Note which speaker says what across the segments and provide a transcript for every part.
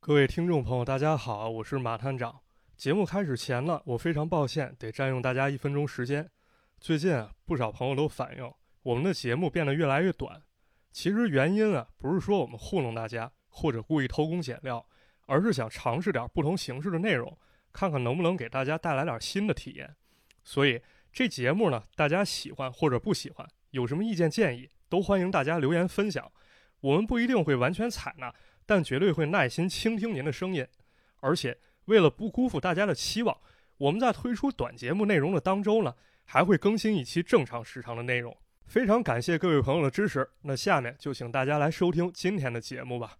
Speaker 1: 各位听众朋友，大家好，我是马探长。节目开始前呢，我非常抱歉得占用大家一分钟时间。最近啊，不少朋友都反映我们的节目变得越来越短。其实原因啊，不是说我们糊弄大家或者故意偷工减料，而是想尝试点不同形式的内容，看看能不能给大家带来点新的体验。所以这节目呢，大家喜欢或者不喜欢，有什么意见建议，都欢迎大家留言分享。我们不一定会完全采纳。但绝对会耐心倾听您的声音，而且为了不辜负大家的期望，我们在推出短节目内容的当周呢，还会更新一期正常时长的内容。非常感谢各位朋友的支持，那下面就请大家来收听今天的节目吧。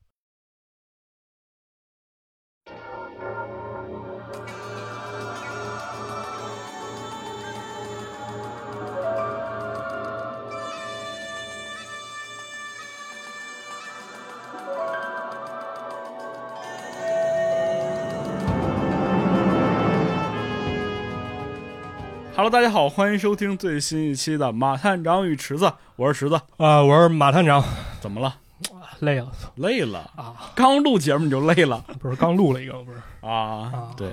Speaker 2: Hello，大家好，欢迎收听最新一期的《马探长与池子》，我是池子。
Speaker 1: 啊、我是马探长，
Speaker 2: 怎么了？
Speaker 1: 累了
Speaker 2: 累了？
Speaker 1: 啊，
Speaker 2: 刚录节目你就累了
Speaker 1: 不是刚录了一个，不是，
Speaker 2: 啊
Speaker 1: 啊？
Speaker 2: 对，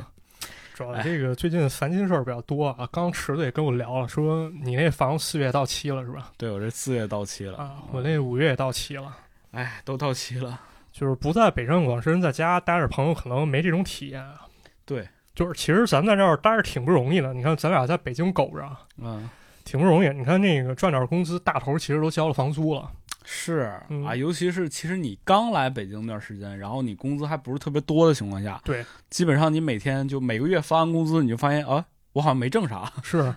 Speaker 1: 主
Speaker 2: 哎
Speaker 1: 要这个最近烦心事儿比较多啊。刚池子也跟我聊了，说你那房四月到期了是吧？
Speaker 2: 对我这四月到期了，
Speaker 1: 啊，我那五月也到期了。
Speaker 2: 哎，都到期了。
Speaker 1: 就是不在北上广深，在家待着，朋友可能没这种体验啊。
Speaker 2: 对，
Speaker 1: 就是其实咱在这儿待着挺不容易的。你看咱俩在北京苟着啊，
Speaker 2: 嗯，
Speaker 1: 挺不容易。你看那个赚点工资，大头其实都交了房租了。
Speaker 2: 是
Speaker 1: 嗯
Speaker 2: 啊，尤其是其实你刚来北京那段时间，然后你工资还不是特别多的情况下，
Speaker 1: 对，
Speaker 2: 基本上你每天就每个月发完工资，你就发现啊，我好像没挣啥。
Speaker 1: 是，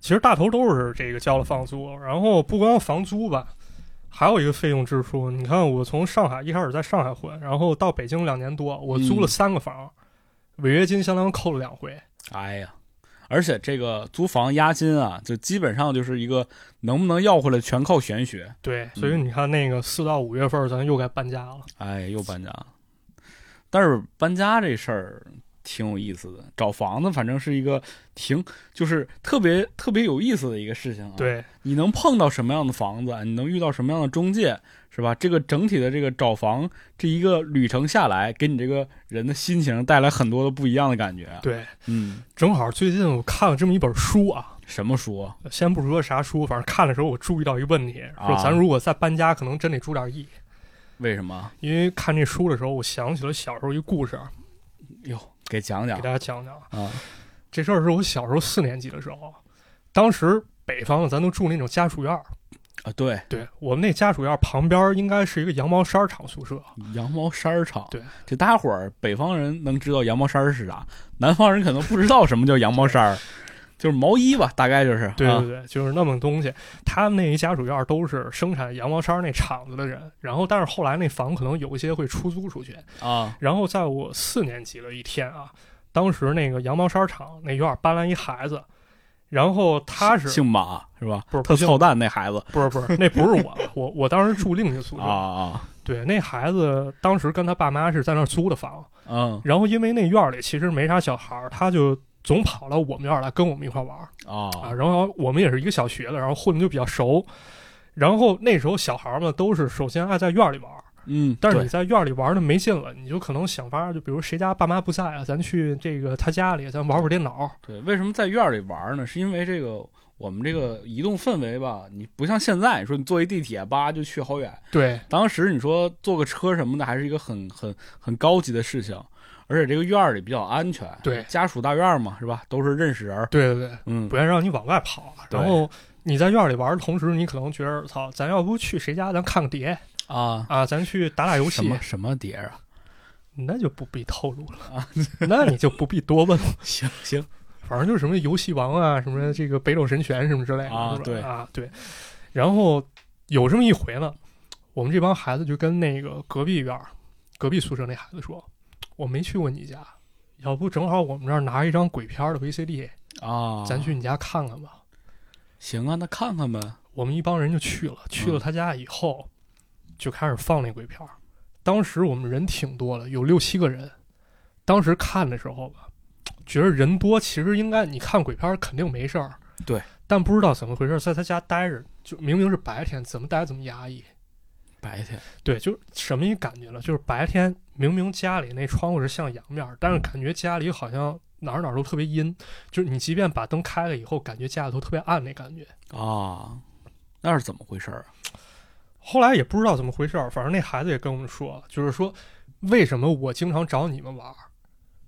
Speaker 1: 其实大头都是这个交了房租，然后不光房租吧，还有一个费用支出。你看我从上海一开始在上海混，然后到北京两年多，我租了
Speaker 2: 嗯
Speaker 1: 三个房，违约金相当于扣了两回。
Speaker 2: 哎呀，而且这个租房押金啊，就基本上就是一个能不能要回来全靠玄学。
Speaker 1: 对，所
Speaker 2: 嗯
Speaker 1: 以你看那个四到五月份儿咱又该搬家了。
Speaker 2: 哎，又搬家了。但是搬家这事儿挺有意思的，找房子反正是一个挺就是特别特别有意思的一个事情啊。，
Speaker 1: 对，
Speaker 2: 你能碰到什么样的房子，你能遇到什么样的中介，是吧？这个整体的这个找房这一个旅程下来，给你这个人的心情带来很多的不一样的感觉。，
Speaker 1: 对，
Speaker 2: 嗯，
Speaker 1: 正好最近我看了这么一本书啊，
Speaker 2: 什么书？
Speaker 1: 先不说啥书，反正看的时候我注意到一个问题，
Speaker 2: 啊
Speaker 1: 说咱如果再搬家，可能真得注点意。
Speaker 2: 为什么？
Speaker 1: 因为看这书的时候，我想起了小时候一故事，啊
Speaker 2: 哟，给讲
Speaker 1: 给
Speaker 2: 讲
Speaker 1: 大家讲讲。
Speaker 2: 啊。
Speaker 1: 这事儿是我小时候四年级的时候，当时北方的咱都住那种家属院儿，
Speaker 2: 啊，对，
Speaker 1: 对我们那家属院儿旁边应该是一个羊毛衫儿厂宿舍，
Speaker 2: 羊毛衫儿厂。
Speaker 1: 对，
Speaker 2: 这大家伙儿北方人能知道羊毛衫儿是啥，南方人可能不知道什么叫羊毛衫儿，就是毛衣吧，大概就是。
Speaker 1: 对
Speaker 2: 啊
Speaker 1: 对对，就是那么东西。他们那一家属院儿都是生产羊毛衫儿那厂子的人，然后但是后来那房可能有一些会出租出去，
Speaker 2: 啊
Speaker 1: 然后在我四年级的一天啊，当时那个羊毛衫厂那院儿搬来一孩子，然后他是
Speaker 2: 姓马是吧？
Speaker 1: 不是
Speaker 2: 特
Speaker 1: 不姓
Speaker 2: 操蛋那孩子
Speaker 1: 不是不是那不是我，我我当时住另一个宿舍。
Speaker 2: 啊啊，
Speaker 1: 对，那孩子当时跟他爸妈是在那儿租的房，
Speaker 2: 嗯
Speaker 1: 然后因为那院儿里其实没啥小孩儿，他就。总跑到我们院儿来跟我们一块儿玩儿啊，
Speaker 2: 啊
Speaker 1: 然后我们也是一个小学的，然后混的就比较熟。然后那时候小孩儿们都是首先爱在院儿里玩儿，
Speaker 2: 嗯，
Speaker 1: 但是
Speaker 2: 对
Speaker 1: 你在院儿里玩的没劲了，你就可能想法儿，就比如谁家爸妈不在啊，咱去这个他家里，咱玩会儿电脑。
Speaker 2: 对，为什么在院儿里玩儿呢？是因为这个我们这个移动氛围吧，你不像现在，你说你坐一地铁吧就去好远，
Speaker 1: 对
Speaker 2: 当时你说坐个车什么的，还是一个很很很高级的事情，而且这个院儿里比较安全，
Speaker 1: 对
Speaker 2: 家属大院儿嘛，是吧？都是认识人儿，
Speaker 1: 对对对，
Speaker 2: 嗯，
Speaker 1: 不愿意让你往外跑。啊
Speaker 2: 对
Speaker 1: 然后你在院儿里玩的同时，你可能觉得操，咱要不去谁家，咱看个碟
Speaker 2: 啊，
Speaker 1: 啊，咱去打打游
Speaker 2: 什
Speaker 1: 戏
Speaker 2: 么，什么碟儿啊？
Speaker 1: 那就不必透露了，那你就不必多问。
Speaker 2: 行行，
Speaker 1: 反正就是什么游戏王啊，什么这个北斗神拳什么之类的，
Speaker 2: 啊
Speaker 1: 是吧
Speaker 2: 对
Speaker 1: 啊对。然后有这么一回呢，我们这帮孩子就跟那个隔壁院儿、隔壁宿舍那孩子说：“我没去过你家，要不正好我们这儿拿一张鬼片儿的 VCD，、
Speaker 2: 啊，
Speaker 1: 咱去你家看看吧。
Speaker 2: 行啊，那看看呗。”
Speaker 1: 我们一帮人就去了。去了他家以后，就开始放那鬼片儿。当时我们人挺多的，有六七个人。当时看的时候吧，觉得人多，其实应该你看鬼片儿肯定没事儿。
Speaker 2: 对，
Speaker 1: 但不知道怎么回事，在他家待着，就明明是白天，怎么待怎么压抑。
Speaker 2: 白天
Speaker 1: 对，就是什么一感觉呢？就是白天明明家里那窗户是向阳面儿，但是感觉家里好像哪儿哪儿都特别阴，就是你即便把灯开了以后，感觉家里头特别暗那感觉。
Speaker 2: 啊，那是怎么回事儿啊？
Speaker 1: 后来也不知道怎么回事儿，反正那孩子也跟我们说了，就是说为什么我经常找你们玩儿，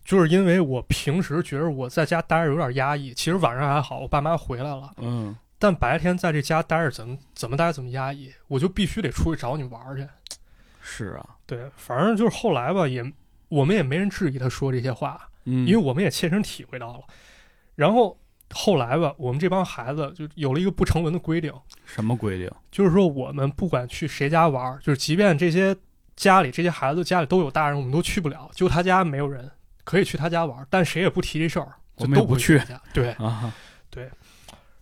Speaker 1: 就是因为我平时觉得我在家待着有点压抑，其实晚上还好，我爸妈回来了，
Speaker 2: 嗯，
Speaker 1: 但白天在这家待着怎么怎么待怎么压抑，我就必须得出去找你玩儿去。
Speaker 2: 是啊，
Speaker 1: 对，反正就是后来吧，也我们也没人质疑他说这些话，
Speaker 2: 嗯，
Speaker 1: 因为我们也切身体会到了。然后后来吧，我们这帮孩子就有了一个不成文的规定，
Speaker 2: 什么规定？
Speaker 1: 就是说我们不管去谁家玩儿，就是即便这些家里这些孩子家里都有大人，我们都去不了，就他家没有人可以去他家玩儿，但谁也不提这事儿，
Speaker 2: 我
Speaker 1: 就
Speaker 2: 们也
Speaker 1: 都
Speaker 2: 不
Speaker 1: 会
Speaker 2: 去
Speaker 1: 他家。对，
Speaker 2: 啊，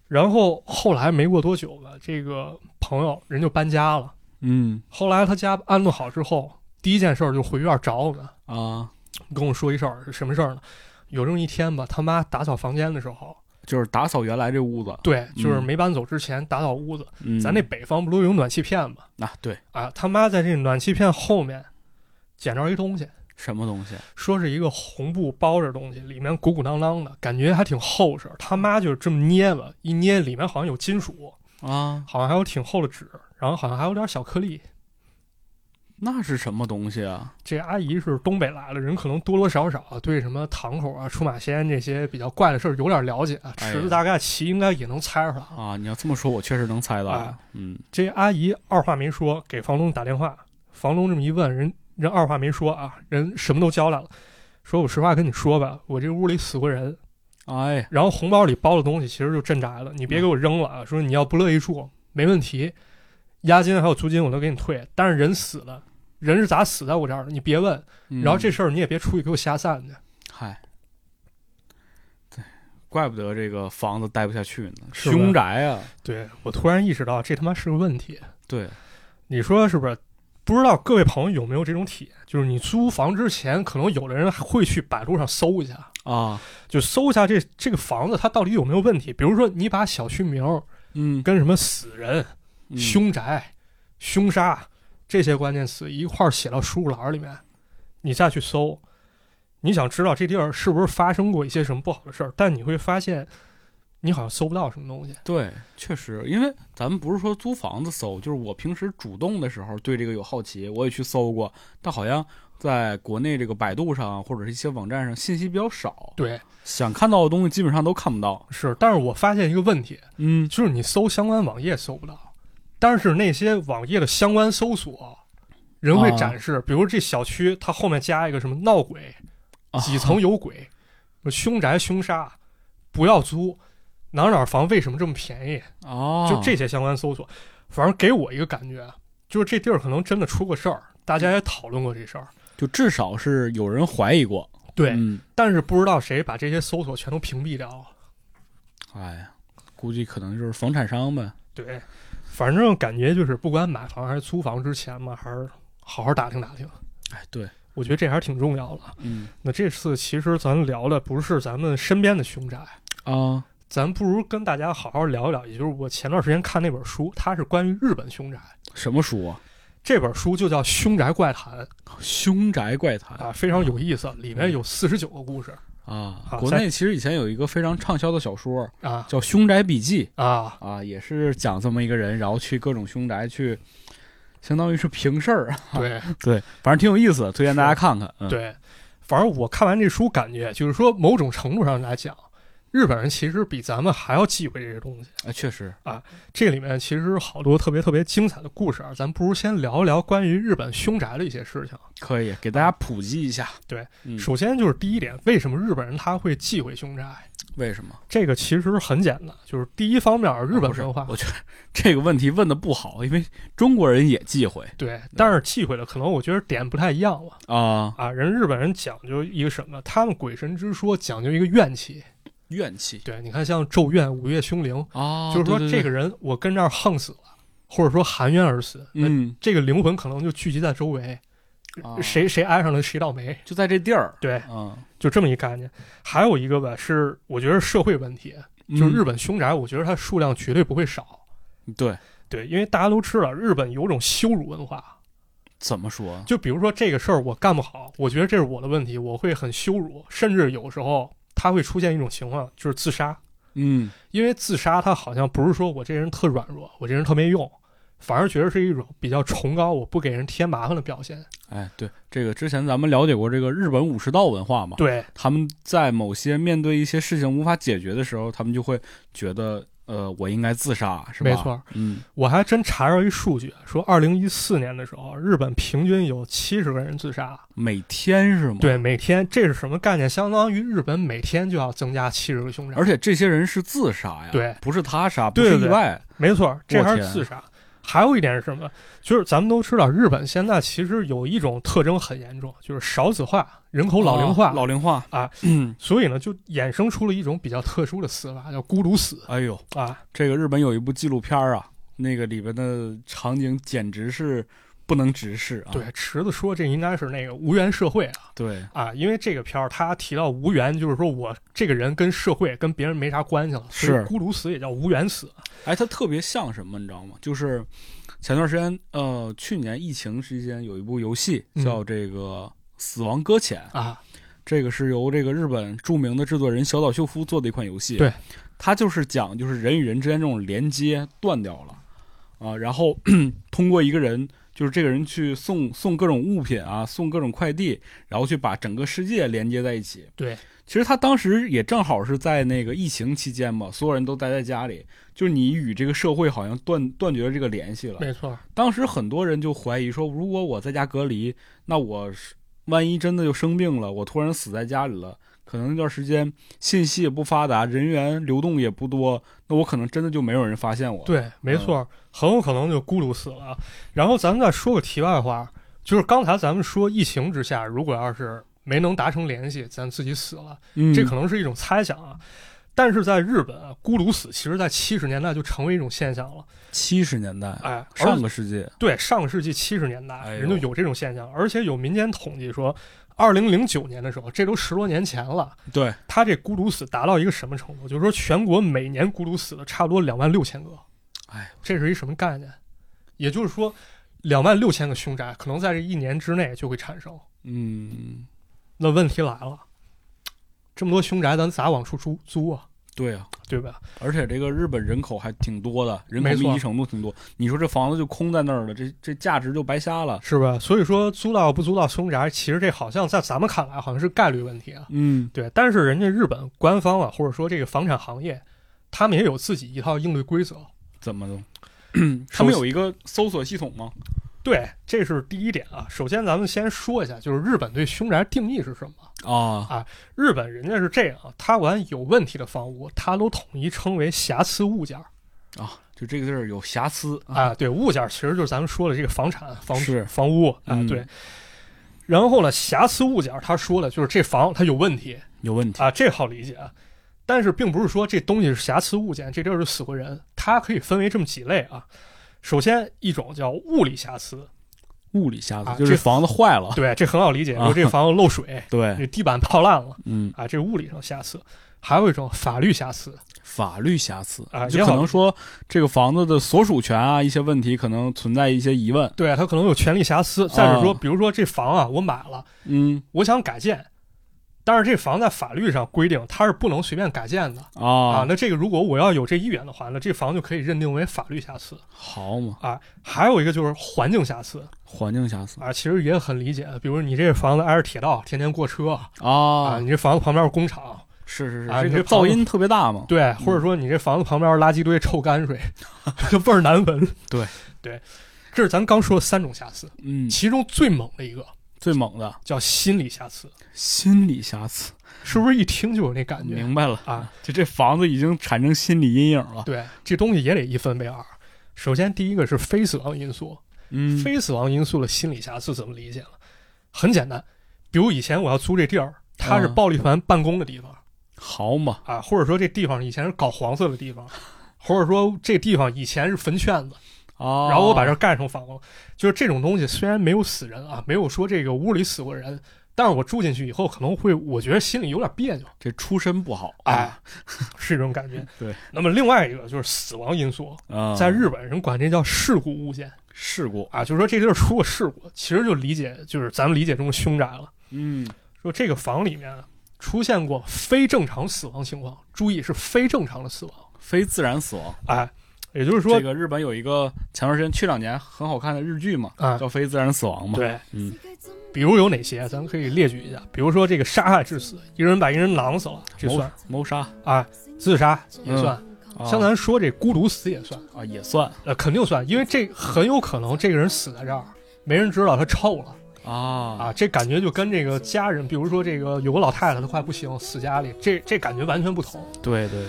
Speaker 1: 然后后来没过多久吧，这个朋友人就搬家了。
Speaker 2: 嗯
Speaker 1: 后来他家安顿好之后，第一件事儿就回院找我们，
Speaker 2: 啊，
Speaker 1: 跟我说一事儿，是什么事儿呢？有这么一天吧，他妈打扫房间的时候，
Speaker 2: 就是打扫原来这屋子，
Speaker 1: 对，就是
Speaker 2: 嗯
Speaker 1: 没搬走之前打扫屋子。
Speaker 2: 嗯，
Speaker 1: 咱那北方不都有暖气片吗？
Speaker 2: 啊，对，
Speaker 1: 啊，他妈在这暖气片后面捡着一东西，
Speaker 2: 什么东西？
Speaker 1: 说是一个红布包着东西，里面鼓鼓囊囊的，感觉还挺厚实。他妈就是这么捏了一捏，里面好像有金属，
Speaker 2: 啊，
Speaker 1: 好像还有挺厚的纸，然后好像还有点小颗粒。
Speaker 2: 那是什么东西啊？
Speaker 1: 这阿姨是东北来的人，可能多多少少啊对什么堂口啊、出马仙这些比较怪的事儿有点了解啊，
Speaker 2: 哎呀
Speaker 1: 尺子大概齐应该也能猜出来。
Speaker 2: 啊，你要这么说，我确实能猜到。
Speaker 1: 啊
Speaker 2: 嗯，
Speaker 1: 这阿姨二话没说给房东打电话，房东这么一问，人人二话没说啊，人什么都交代了，说我实话跟你说吧，我这屋里死过人，
Speaker 2: 哎，
Speaker 1: 然后红包里包的东西其实就镇宅了，你别给我扔了啊，说你要不乐意住没问题，押金还有租金我都给你退，但是人死了，人是咋死在我这儿的，你别问，
Speaker 2: 嗯
Speaker 1: 然后这事儿你也别出去给我瞎散去。
Speaker 2: 嗨，对，怪不得这个房子待不下去呢，
Speaker 1: 是吧
Speaker 2: 凶宅啊。
Speaker 1: 对我突然意识到这他妈是个问题，
Speaker 2: 对，
Speaker 1: 你说是不是？不知道各位朋友有没有这种体验，就是你租房之前，可能有的人会去百度上搜一下，
Speaker 2: 啊，
Speaker 1: 就搜一下这这个房子它到底有没有问题。比如说，你把小区名儿
Speaker 2: 嗯，
Speaker 1: 跟什么死人、
Speaker 2: 嗯
Speaker 1: 凶宅、凶杀这些关键词一块儿写到输入栏里面，你再去搜，你想知道这地儿是不是发生过一些什么不好的事儿，但你会发现，你好像搜不到什么东西。
Speaker 2: 对，确实，因为咱们不是说租房子搜，就是我平时主动的时候对这个有好奇，我也去搜过，但好像在国内这个百度上或者是一些网站上信息比较少，
Speaker 1: 对，
Speaker 2: 想看到的东西基本上都看不到。
Speaker 1: 是，但是我发现一个问题，
Speaker 2: 嗯，
Speaker 1: 就是你搜相关网页搜不到，但是那些网页的相关搜索，人会
Speaker 2: 啊
Speaker 1: 展示，比如这小区它后面加一个什么闹鬼、
Speaker 2: 啊
Speaker 1: 几层有鬼、凶宅、凶杀，不要租，哪儿哪儿房为什么这么便宜，
Speaker 2: 哦，
Speaker 1: 就这些相关搜索，反正给我一个感觉，就是这地儿可能真的出过事儿，大家也讨论过这事儿，
Speaker 2: 就至少是有人怀疑过。
Speaker 1: 对，
Speaker 2: 嗯，
Speaker 1: 但是不知道谁把这些搜索全都屏蔽掉了。
Speaker 2: 哎呀，估计可能就是房产商呗。
Speaker 1: 对，反正感觉就是不管买房还是租房之前嘛，还是好好打听打听。
Speaker 2: 哎，对，
Speaker 1: 我觉得这还是挺重要的。
Speaker 2: 嗯
Speaker 1: 那这次其实咱聊的不是咱们身边的凶宅，
Speaker 2: 啊，
Speaker 1: 咱不如跟大家好好聊一聊。也就是我前段时间看那本书，它是关于日本凶宅，
Speaker 2: 什么书啊？
Speaker 1: 这本书就叫《凶宅怪谈》
Speaker 2: 凶宅怪谈
Speaker 1: 啊，嗯非常有意思，里面有四十九个故事
Speaker 2: 啊
Speaker 1: 好
Speaker 2: 国
Speaker 1: 再
Speaker 2: 内其实以前有一个非常畅销的小说
Speaker 1: 啊
Speaker 2: 叫《凶宅笔记》。
Speaker 1: 啊，
Speaker 2: 啊，也是讲这么一个人，然后去各种凶宅去，相当于是平事儿啊。
Speaker 1: 对
Speaker 2: 对，反正挺有意思，推荐大家
Speaker 1: 是
Speaker 2: 看看。嗯，
Speaker 1: 对。反正我看完这书，感觉就是说，某种程度上来讲，日本人其实比咱们还要忌讳这些东西。
Speaker 2: 啊，确实，
Speaker 1: 这里面其实好多特别特别精彩的故事啊，咱不如先聊一聊关于日本凶宅的一些事情。
Speaker 2: 可以给大家普及一下。
Speaker 1: 对，
Speaker 2: 嗯，
Speaker 1: 首先就是第一点，为什么日本人他会忌讳凶宅？
Speaker 2: 为什么？
Speaker 1: 这个其实很简单，就是第一方面，日
Speaker 2: 啊
Speaker 1: 本
Speaker 2: 不是
Speaker 1: 文化、
Speaker 2: 我觉得 这个问题问的不好，因为中国人也忌讳
Speaker 1: 对，但是忌讳的可能我觉得点不太一样了
Speaker 2: 啊，
Speaker 1: 啊。人日本人讲究一个什么？他们鬼神之说讲究一个怨气。
Speaker 2: 怨气
Speaker 1: 对，你看像《咒怨》《午夜凶铃》
Speaker 2: 啊，
Speaker 1: 就是说
Speaker 2: 对
Speaker 1: 这，
Speaker 2: 对对
Speaker 1: 个人我跟这儿横死了，或者说含冤而死，那
Speaker 2: 嗯，
Speaker 1: 这个灵魂可能就聚集在周围，
Speaker 2: 啊
Speaker 1: 谁谁挨上了谁倒霉。
Speaker 2: 就在这地儿，
Speaker 1: 对，
Speaker 2: 嗯，
Speaker 1: 就这么一概念。还有一个吧，是我觉得社会问题，
Speaker 2: 嗯
Speaker 1: 就是日本凶宅，我觉得它数量绝对不会少。
Speaker 2: 嗯对
Speaker 1: 对，因为大家都知道，日本有种羞辱文化，
Speaker 2: 怎么说？
Speaker 1: 就比如说这个事儿我干不好，我觉得这是我的问题，我会很羞辱，甚至有时候他会出现一种情况，就是自杀。
Speaker 2: 嗯
Speaker 1: 因为自杀，他好像不是说我这人特软弱，我这人特没用，反而觉得是一种比较崇高，我不给人添麻烦的表现。
Speaker 2: 哎，对，这个之前咱们了解过这个日本武士道文化嘛，
Speaker 1: 对，
Speaker 2: 他们在某些面对一些事情无法解决的时候，他们就会觉得，呃，我应该自杀，是吧？
Speaker 1: 没，错。
Speaker 2: 嗯，
Speaker 1: 我还真查着一数据，说二零一四年的时候，日本平均有七十个人自杀。
Speaker 2: 每天是吗？，
Speaker 1: 对，每天这是什么概念？相当于日本每天就要增加七十个凶杀。
Speaker 2: 而且这些人是自杀呀，
Speaker 1: 对，
Speaker 2: 不是他杀，不
Speaker 1: 对
Speaker 2: 是
Speaker 1: 对
Speaker 2: 意
Speaker 1: 对
Speaker 2: 外，
Speaker 1: 没错，这还
Speaker 2: 我
Speaker 1: 是
Speaker 2: 天
Speaker 1: 自杀。还有一点是什么？就是咱们都知道，日本现在其实有一种特征很严重，就是少子化、人口老龄化。
Speaker 2: 啊老龄化
Speaker 1: 啊，
Speaker 2: 嗯，
Speaker 1: 所以呢，就衍生出了一种比较特殊的死法，叫孤独死
Speaker 2: 哎呦，
Speaker 1: 啊。
Speaker 2: 这个日本有一部纪录片啊，那个里边的场景简直是不能直视啊，
Speaker 1: 对，池子说这应该是那个无缘社会啊
Speaker 2: 对，
Speaker 1: 啊，因为这个片儿他提到无缘，就是说我这个人跟社会跟别人没啥关系了，所
Speaker 2: 是
Speaker 1: 以孤独死也叫无缘死。啊
Speaker 2: 哎，它特别像什么，你知道吗？就是前段时间，呃，去年疫情期间有一部游戏
Speaker 1: 嗯
Speaker 2: 叫这个《死亡搁浅》，
Speaker 1: 啊，
Speaker 2: 这个是由这个日本著名的制作人小岛秀夫做的一款游戏。
Speaker 1: 对，
Speaker 2: 它就是讲就是人与人之间这种连接断掉了啊、然后 通过一个人。就是这个人去送送各种物品啊，送各种快递，然后去把整个世界连接在一起。
Speaker 1: 对，
Speaker 2: 其实他当时也正好是在那个疫情期间嘛，所有人都待在家里，就是你与这个社会好像断断绝了这个联系了。
Speaker 1: 没错，
Speaker 2: 当时很多人就怀疑说，如果我在家隔离，那我是万一真的就生病了，我突然死在家里了，可能那段时间信息也不发达，人员流动也不多，那我可能真的就没有人发现我。，
Speaker 1: 对，没错，很有可能就孤独死了啊。然后咱们再说个题外话，就是刚才咱们说疫情之下，如果要是没能达成联系，咱自己死了，
Speaker 2: 嗯，
Speaker 1: 这可能是一种猜想啊。但是在日本啊，孤独死其实在七十年代就成为一种现象了。
Speaker 2: 七十年代，
Speaker 1: 哎，
Speaker 2: 上
Speaker 1: 而
Speaker 2: 个世纪，
Speaker 1: 对上个世纪七十年代、
Speaker 2: 哎呦
Speaker 1: 人就有这种现象，而且有民间统计说，二零零九年的时候，这都十多年前了，
Speaker 2: 对，
Speaker 1: 他这孤独死达到一个什么程度？就是说全国每年孤独死的差不多两万六千个。
Speaker 2: 哎，
Speaker 1: 这是一什么概念？也就是说，两万六千个凶宅可能在这一年之内就会产生。
Speaker 2: 嗯，
Speaker 1: 那问题来了，这么多凶宅，咱咋往出租租啊？
Speaker 2: 对啊，
Speaker 1: 对吧？
Speaker 2: 而且这个日本人口还挺多的，人口
Speaker 1: 没错
Speaker 2: 密集程度挺多。你说这房子就空在那儿了，这这价值就白瞎了。
Speaker 1: 是吧？所以说，租到不租到凶宅，其实这好像在咱们看来好像是概率问题啊。
Speaker 2: 嗯，
Speaker 1: 对，但是人家日本官方啊，或者说这个房产行业，他们也有自己一套应对规则。
Speaker 2: 怎么 弄？他们有一个搜索系统吗？
Speaker 1: 对，这是第一点啊。首先，咱们先说一下，就是日本对凶宅定义是什么。
Speaker 2: 啊，
Speaker 1: 日本人家是这样，啊，他管有问题的房屋，他都统一称为瑕疵物件儿
Speaker 2: 啊，就这个地儿有瑕疵啊，
Speaker 1: 啊。对，物件儿其实就是咱们说的这个房产、房
Speaker 2: 是
Speaker 1: 房屋啊。
Speaker 2: 嗯
Speaker 1: 对。然后呢，瑕疵物件儿，他说的就是这房它有问题
Speaker 2: 有问题。
Speaker 1: 啊，这好理解啊。但是并不是说这东西是瑕疵物件，这地儿是死过人，它可以分为这么几类啊。首先，一种叫物理瑕疵，
Speaker 2: 物理瑕疵、
Speaker 1: 啊
Speaker 2: 就是
Speaker 1: 这
Speaker 2: 房子坏了。
Speaker 1: 对，这很好理解，比
Speaker 2: 啊
Speaker 1: 如这房子漏水，
Speaker 2: 对，
Speaker 1: 这地板泡烂了
Speaker 2: 嗯，
Speaker 1: 啊，这物理上瑕疵。还有一种法律瑕疵，
Speaker 2: 法律瑕疵
Speaker 1: 啊
Speaker 2: 就
Speaker 1: 也
Speaker 2: 可
Speaker 1: 好
Speaker 2: 能说这个房子的所属权啊，一些问题可能存在一些疑问。
Speaker 1: 对他可能有权利瑕疵。再者说，
Speaker 2: 啊
Speaker 1: 比如说这房啊，我买了，
Speaker 2: 嗯
Speaker 1: 我想改建，但是这房在法律上规定它是不能随便改建的啊。
Speaker 2: 啊，
Speaker 1: 那这个如果我要有这意愿的话，那这房就可以认定为法律瑕疵
Speaker 2: 好嘛，
Speaker 1: 啊。还有一个就是环境瑕疵
Speaker 2: 环境瑕疵
Speaker 1: 啊，其实也很理解，比如你这房子挨着铁道，天天过车啊，
Speaker 2: 啊，
Speaker 1: 你这房子旁边是工厂，
Speaker 2: 是是是，
Speaker 1: 啊
Speaker 2: 这
Speaker 1: 你
Speaker 2: 个
Speaker 1: 这房
Speaker 2: 噪
Speaker 1: 子
Speaker 2: 音特别大嘛。
Speaker 1: 对，或者说你这房子旁边垃圾堆臭泔 水，味儿难闻。
Speaker 2: 对
Speaker 1: 对，这是咱刚说的三种瑕疵，
Speaker 2: 嗯，
Speaker 1: 其中最猛的一个
Speaker 2: 最猛的
Speaker 1: 叫心理瑕疵。
Speaker 2: 心理瑕疵。
Speaker 1: 是不是一听就有那感觉？
Speaker 2: 明白了
Speaker 1: 啊，
Speaker 2: 就这房子已经产生心理阴影了。
Speaker 1: 对，这东西也得一分为二。首先，第一个是非死亡因素，
Speaker 2: 嗯，
Speaker 1: 非死亡因素的心理瑕疵怎么理解呢？很简单，比如以前我要租这地儿，它是
Speaker 2: 嗯
Speaker 1: 暴力团办公的地方
Speaker 2: 好嘛，
Speaker 1: 啊，或者说这地方以前是搞黄色的地方，或者说这地方以前是坟圈子，
Speaker 2: 啊，
Speaker 1: 然后我把这儿盖成房了。就是这种东西虽然没有死人啊，没有说这个屋里死过人，但是我住进去以后，可能会我觉得心里有点别扭，
Speaker 2: 这出身不好，
Speaker 1: 哎，是这种感觉。
Speaker 2: 对。
Speaker 1: 那么另外一个就是死亡因素，
Speaker 2: 啊，
Speaker 1: 在日本人管这叫事故物件
Speaker 2: 事故，
Speaker 1: 啊，就是说这地儿出过事故，其实就理解就是咱们理解中的凶宅了。
Speaker 2: 嗯，
Speaker 1: 说这个房里面啊出现过非正常死亡情况，注意是非正常的死亡，
Speaker 2: 非自然死亡。
Speaker 1: 哎，也就是说
Speaker 2: 这个日本有一个前段时间去两年很好看的日剧嘛，
Speaker 1: 啊，
Speaker 2: 叫《非自然死亡》嘛。，
Speaker 1: 对，
Speaker 2: 嗯，
Speaker 1: 比如有哪些，啊咱们可以列举一下，比如说这个杀害致死，一人把一人囊死了，这算
Speaker 2: 谋杀
Speaker 1: 啊，自杀也
Speaker 2: 嗯
Speaker 1: 算，
Speaker 2: 啊
Speaker 1: 像咱说这孤独死也算，
Speaker 2: 啊也算
Speaker 1: 呃，肯定算，因为这很有可能这个人死在这儿，没人知道他臭了
Speaker 2: 啊
Speaker 1: 啊，这感觉就跟这个家人，比如说这个有个老太太她快不行死家里，这这感觉完全不同。
Speaker 2: 对对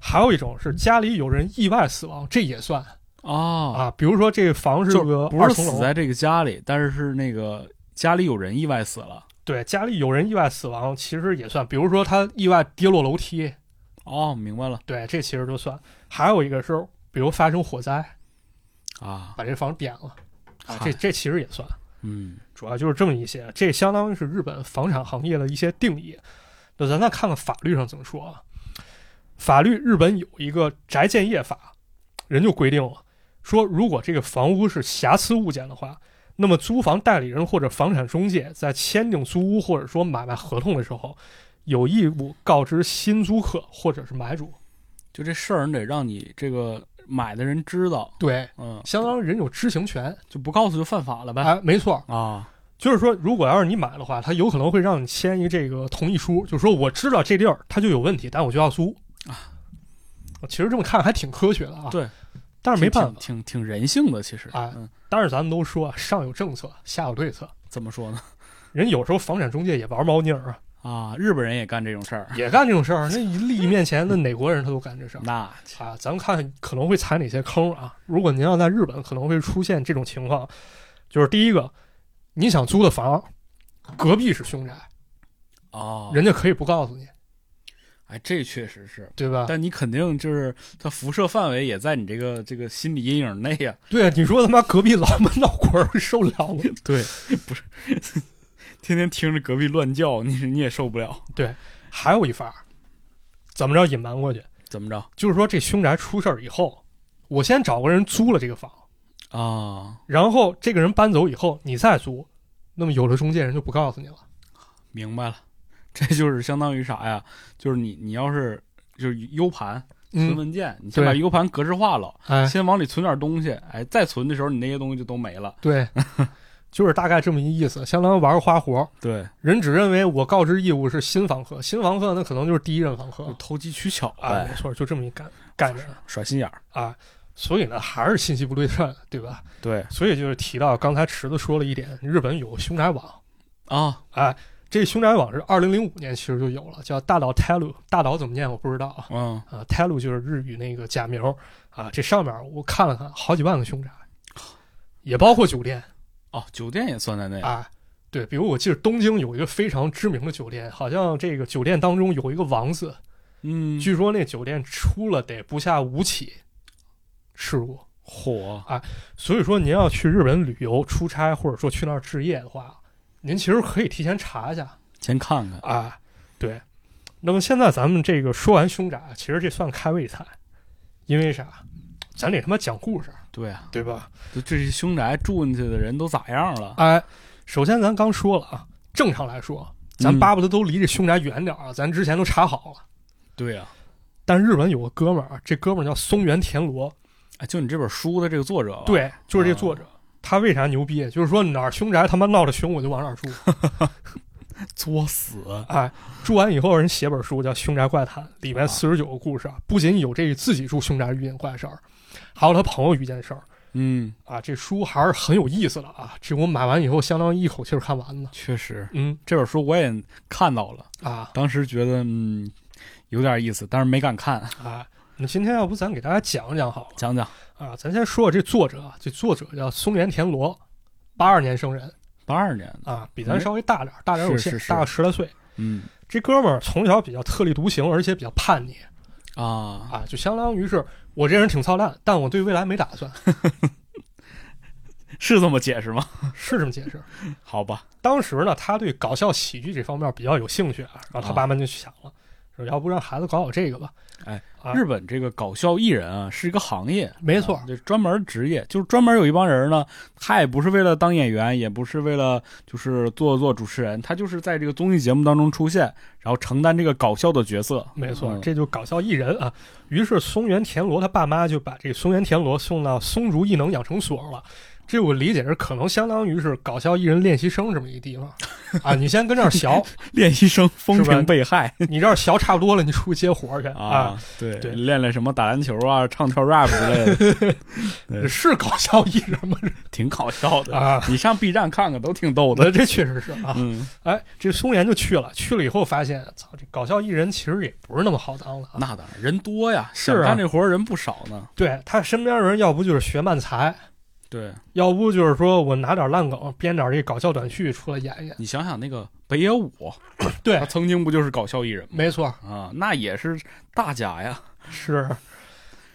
Speaker 1: 还有一种是家里有人意外死亡，这也算
Speaker 2: 啊，
Speaker 1: 啊，比如说这个房是
Speaker 2: 就
Speaker 1: 个
Speaker 2: 不
Speaker 1: 二
Speaker 2: 是
Speaker 1: 层
Speaker 2: 死
Speaker 1: 楼，
Speaker 2: 在这个家里，但是是那个家里有人意外死了。
Speaker 1: 对，家里有人意外死亡其实也算，比如说他意外跌落楼梯，
Speaker 2: 哦，明白了
Speaker 1: 对，这其实就算。还有一个是，比如发生火灾，
Speaker 2: 啊，
Speaker 1: 把这房点了，啊，
Speaker 2: 嗨
Speaker 1: 这这其实也算。
Speaker 2: 嗯
Speaker 1: 主要就是这么一些，这相当于是日本房产行业的一些定义。那咱再看看法律上怎么说啊？法律日本有一个宅建业法，人就规定了，说如果这个房屋是瑕疵物件的话，那么租房代理人或者房产中介在签订租屋或者说买卖合同的时候，有义务告知新租客或者是买主。
Speaker 2: 就这事儿，你得让你这个买的人知道，
Speaker 1: 对，
Speaker 2: 嗯，
Speaker 1: 相当于人有知情权。
Speaker 2: 就不告诉就犯法了呗。
Speaker 1: 哎，没错，
Speaker 2: 啊，
Speaker 1: 就是说，如果要是你买的话，他有可能会让你签一这个同意书，就是说我知道这地儿它就有问题，但我就要租啊。其实这么看还挺科学的啊。
Speaker 2: 对，
Speaker 1: 但是没办法，
Speaker 2: 挺挺挺人性的，其实
Speaker 1: 哎
Speaker 2: 嗯，
Speaker 1: 但是咱们都说啊上有政策，下有对策，
Speaker 2: 怎么说呢？
Speaker 1: 人有时候房产中介也玩猫腻儿 啊，
Speaker 2: 啊，日本人也干这种事儿，
Speaker 1: 也干这种事儿。那一利益面前，那哪国人他都干这事儿
Speaker 2: 那
Speaker 1: 啊。咱们看可能会踩哪些坑啊？如果您要在日本，可能会出现这种情况，就是第一个，你想租的房，隔壁是凶宅，
Speaker 2: 哦，
Speaker 1: 人家可以不告诉你，
Speaker 2: 哎，这确实是，
Speaker 1: 对吧？
Speaker 2: 但你肯定就是它辐射范围也在你这个这个心理阴影内呀、
Speaker 1: 对啊，你说他妈隔壁老门老鬼儿受不了吗？
Speaker 2: 对， 不是，天天听着隔壁乱叫，你你也受不了。
Speaker 1: 还有一法儿，怎么着隐瞒过去？
Speaker 2: 怎么着
Speaker 1: 就是说这凶宅出事儿以后，我先找个人租了这个房，
Speaker 2: 啊？
Speaker 1: 然后这个人搬走以后，你再租，那么有了中介人就不告诉你了。
Speaker 2: 明白了， 这就是相当于啥呀？就是你你要是就是 U 盘存
Speaker 1: 嗯，
Speaker 2: 文件，你先把
Speaker 1: 对
Speaker 2: U 盘格式化了，
Speaker 1: 哎，
Speaker 2: 先往里存点东西，哎，再存的时候你那些东西就都没了。
Speaker 1: 对，就是大概这么一意思，相当于玩个花活儿。
Speaker 2: 对，
Speaker 1: 人只认为我告知义务是新房客，新房客那可能就是第一任房客
Speaker 2: 就投机取巧
Speaker 1: 啊，
Speaker 2: 呗，
Speaker 1: 没错，就这么一概概念
Speaker 2: 耍哎心眼儿。
Speaker 1: 啊。所以呢，还是信息不对称，对吧？
Speaker 2: 对
Speaker 1: 所以就是提到刚才池子说了一点，日本有凶宅网，
Speaker 2: 啊，
Speaker 1: 哎，这凶宅网是二零零五年其实就有了，叫大岛 Telu，大岛怎么念我不知道啊，
Speaker 2: 嗯，
Speaker 1: 啊 Telu 就是日语那个假名儿啊，这上面我看了看，好几万个凶宅，也包括酒店
Speaker 2: 哦，酒店也算在内。
Speaker 1: 啊。对，比如我记得东京有一个非常知名的酒店，好像这个酒店当中有一个王字，
Speaker 2: 嗯，
Speaker 1: 据说那酒店出了得不下五起事故。
Speaker 2: 火
Speaker 1: 所以说，您要去日本旅游、出差，或者说去那儿置业的话，您其实可以提前查一下
Speaker 2: 先看看
Speaker 1: 啊。对，那么现在咱们这个说完凶宅，其实这算开胃菜，因为啥？咱得他妈讲故事，
Speaker 2: 对啊，
Speaker 1: 对吧？
Speaker 2: 就这些凶宅住进去的人都咋样了？
Speaker 1: 哎，首先咱刚说了啊，正常来说，咱
Speaker 2: 嗯
Speaker 1: 巴不得都离这凶宅远点儿啊，咱之前都查好了。
Speaker 2: 对啊，
Speaker 1: 但日本有个哥们儿啊，这哥们儿叫松原田螺，
Speaker 2: 哎，就你这本书的这个作者啊吧，，
Speaker 1: 对，就是这作者。他为啥牛逼？啊就是说哪儿凶宅他妈闹着熊，我就往哪儿住。
Speaker 2: 作死
Speaker 1: 哎，住完以后，人写本书叫《凶宅怪谈》，里面四十九个故事啊，不仅有这自己住凶宅遇见怪事儿，还有他朋友遇见事儿
Speaker 2: 嗯，
Speaker 1: 啊。这书还是很有意思的啊，这我买完以后，相当于一口气儿看完的。
Speaker 2: 确实，
Speaker 1: 嗯
Speaker 2: 这本书我也看到了，
Speaker 1: 啊
Speaker 2: 当时觉得嗯有点意思，但是没敢看，
Speaker 1: 啊，那今天要不咱给大家讲讲好
Speaker 2: 讲讲
Speaker 1: 了啊？咱先说说这作者啊，这作者叫松原田螺，八二年生人
Speaker 2: 八二年的，
Speaker 1: 啊，比咱稍微大点儿，大点儿有限，
Speaker 2: 嗯是是是
Speaker 1: 大个十来岁。
Speaker 2: 嗯
Speaker 1: 这哥们儿从小比较特立独行，而且比较叛逆，
Speaker 2: 啊，
Speaker 1: 啊，就相当于是我这人挺操蛋，但我对未来没打算
Speaker 2: 是这么解释吗？
Speaker 1: 是这么解释。
Speaker 2: 好吧，
Speaker 1: 当时呢，他对搞笑喜剧这方面比较有兴趣啊，然后他
Speaker 2: 啊
Speaker 1: 爸妈就想了，说要不让孩子搞搞这个吧。
Speaker 2: 哎
Speaker 1: 啊，
Speaker 2: 日本这个搞笑艺人啊是一个行业，
Speaker 1: 没错
Speaker 2: 啊，这专门职业，就是专门有一帮人呢，他也不是为了当演员，也不是为了就是做做主持人，他就是在这个综艺节目当中出现，然后承担这个搞笑的角色。
Speaker 1: 没错，
Speaker 2: 嗯
Speaker 1: 这就搞笑艺人啊。于是松原田螺他爸妈就把这个松原田螺送到松竹艺能养成所了。这我理解是可能相当于是搞笑艺人练习生这么一地 方啊。你先跟这儿学，
Speaker 2: 练习生风
Speaker 1: 是吧
Speaker 2: 评被害
Speaker 1: 你这儿学差不多了，你出去接活儿去啊。，
Speaker 2: 对
Speaker 1: 对
Speaker 2: 练练什么打篮球啊、唱跳 rap 之类的， 对
Speaker 1: 是搞笑艺人吗？
Speaker 2: 挺搞笑 的。
Speaker 1: 啊，
Speaker 2: 你上 B 站看看，都挺逗
Speaker 1: 我
Speaker 2: 的。
Speaker 1: 的这确实是 啊。
Speaker 2: 嗯，
Speaker 1: 哎，这松原就去了，去了以后发现，操，这搞笑艺人其实也不是那么好当了啊。
Speaker 2: 那当然，人多呀，
Speaker 1: 是
Speaker 2: 想
Speaker 1: 啊
Speaker 2: 干这活儿人不少呢。
Speaker 1: 对他身边人，要不就是学漫才，
Speaker 2: 对
Speaker 1: 要不就是说我拿点烂梗编点这搞笑短剧出来演演。
Speaker 2: 你想想那个北野 武，
Speaker 1: 对
Speaker 2: 他曾经不就是搞笑艺人吗？
Speaker 1: 没错，
Speaker 2: 啊，那也是大家呀。
Speaker 1: 是。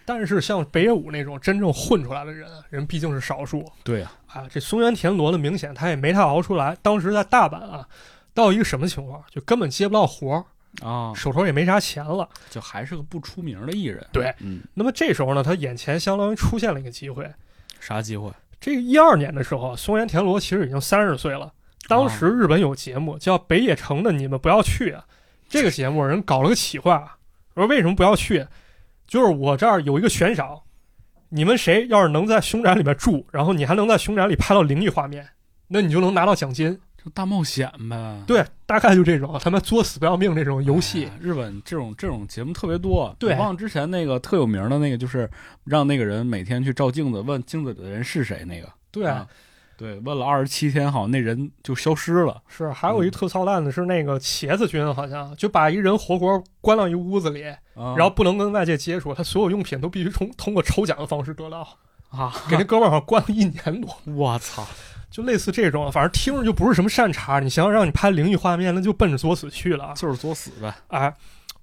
Speaker 1: 但是像北野武那种真正混出来的人，人毕竟是少数
Speaker 2: 对呀、
Speaker 1: 啊。这松原田螺呢，明显他也没太熬出来。当时在大阪啊，到一个什么情况，就根本接不到活儿，
Speaker 2: 啊，
Speaker 1: 手头也没啥钱了。
Speaker 2: 就还是个不出名的艺人。
Speaker 1: 对，
Speaker 2: 嗯，
Speaker 1: 那么这时候呢，他眼前相当于出现了一个机会。
Speaker 2: 啥机会？
Speaker 1: 这个一二年的时候，啊松原田螺其实已经三十岁了。当时日本有节目叫《北野城的你们不要去》啊，这个节目人搞了个企划，啊说为什么不要去？啊就是我这儿有一个悬赏，你们谁要是能在熊展里面住，然后你还能在熊展里拍到灵异画面，那你就能拿到奖金。
Speaker 2: 就大冒险呗。
Speaker 1: 对，大概就这种他们作死不要命这种游戏
Speaker 2: 哎。日本这种这种节目特别多。
Speaker 1: 对
Speaker 2: 我忘了之前那个特有名的那个，就是让那个人每天去照镜子，问镜子里的人是谁那个。
Speaker 1: 对，
Speaker 2: 啊对，问了二十七天，好像那人就消失了。
Speaker 1: 是还有一特操蛋的是那个茄子君，好像就把一人活活关到一屋子里，
Speaker 2: 啊、
Speaker 1: 然后不能跟外界接触，他所有用品都必须通通过抽奖的方式得到，
Speaker 2: 啊，
Speaker 1: 给那哥们儿好像关了一年多，
Speaker 2: 我操！
Speaker 1: 就类似这种，反正听着就不是什么善茬。你想想，让你拍灵异画面，那就奔着作死去了啊！
Speaker 2: 就是作死呗。
Speaker 1: 哎，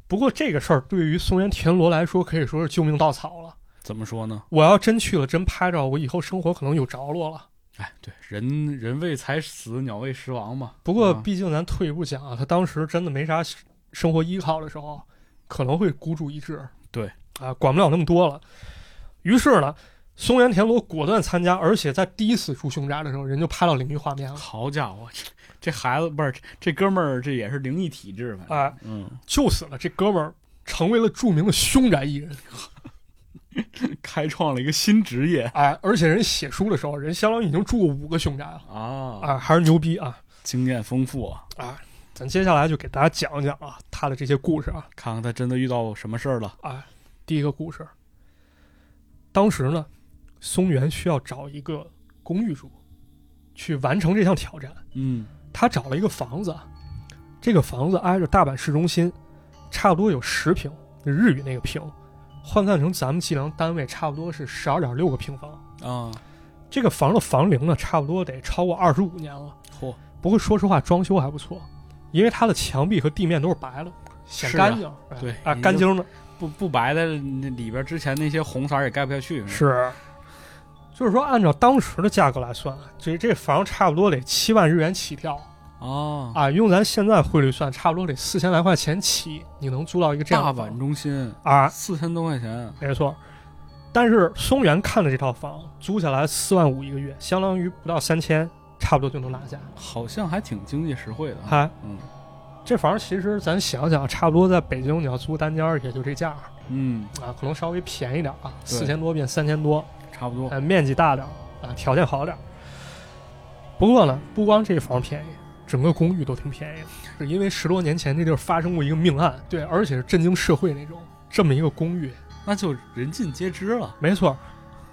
Speaker 1: 不过这个事儿对于松原田螺来说可以说是救命稻草了。
Speaker 2: 怎么说呢？
Speaker 1: 我要真去了，真拍着，我以后生活可能有着落了。
Speaker 2: 哎，对，人人为财死，鸟为食亡嘛。
Speaker 1: 不过，
Speaker 2: 啊
Speaker 1: 毕竟咱退一步讲啊，他当时真的没啥生活依靠的时候，可能会孤注一掷。
Speaker 2: 对，
Speaker 1: 啊，管不了那么多了。于是呢，松原田螺果断参加，而且在第一次住凶宅的时候，人就拍到灵异画面了。
Speaker 2: 好家伙， 这这孩子不是这这哥们儿，这也是灵异体质呗。
Speaker 1: 啊，
Speaker 2: 嗯，
Speaker 1: 就此呢，这哥们儿成为了著名的凶宅艺人。
Speaker 2: 开创了一个新职业
Speaker 1: 哎，而且人写书的时候，人相当于已经住过五个凶宅了。
Speaker 2: 啊，
Speaker 1: 啊，还是牛逼啊！
Speaker 2: 经验丰富啊，
Speaker 1: 啊，咱接下来就给大家讲讲啊他的这些故事啊。
Speaker 2: 看看他真的遇到什么事儿了。
Speaker 1: 啊，第一个故事，当时呢，松原需要找一个公寓住，去完成这项挑战。
Speaker 2: 嗯，
Speaker 1: 他找了一个房子，啊这个房子挨着大阪市中心，差不多有十平，日语那个平，换算成咱们计量单位，差不多是十二点六个平方。
Speaker 2: 啊，
Speaker 1: 这个房的房龄呢，差不多得超过二十五年了。
Speaker 2: 嚯，
Speaker 1: 不过说实话，装修还不错，因为它的墙壁和地面都是白的，显
Speaker 2: 是啊
Speaker 1: 干净。哎
Speaker 2: 对
Speaker 1: 啊，
Speaker 2: 你
Speaker 1: 干
Speaker 2: 就
Speaker 1: 净的。
Speaker 2: 不不白的那里边之前那些红色儿也盖不下去。
Speaker 1: 是，就是说按照当时的价格来算，啊这这房差不多得七万日元起跳
Speaker 2: 啊，
Speaker 1: 啊，用咱现在汇率算，差不多得四千来块钱起，你能租到一个这样
Speaker 2: 大
Speaker 1: 的
Speaker 2: 阪
Speaker 1: 房
Speaker 2: 中心
Speaker 1: 啊，
Speaker 2: 四千多块钱，
Speaker 1: 没错。但是松原看的这套房租下来四万五一个月，相当于不到三千，差不多就能拿下。
Speaker 2: 好像还挺经济实惠的啊。
Speaker 1: 哈，
Speaker 2: 嗯
Speaker 1: 这房其实咱想想，差不多在北京你要租单间儿也就这价儿
Speaker 2: 嗯，
Speaker 1: 啊，可能稍微便宜点儿啊，
Speaker 2: 对
Speaker 1: 四千多变三千多，
Speaker 2: 差不多。
Speaker 1: 呃，面积大点儿啊、条件好点儿。不过呢，不光这房便宜，整个公寓都挺便宜的，是因为十多年前这地儿发生过一个命案，对，而且是震惊社会那种。这么一个公寓，
Speaker 2: 那就人尽皆知了。
Speaker 1: 没错儿，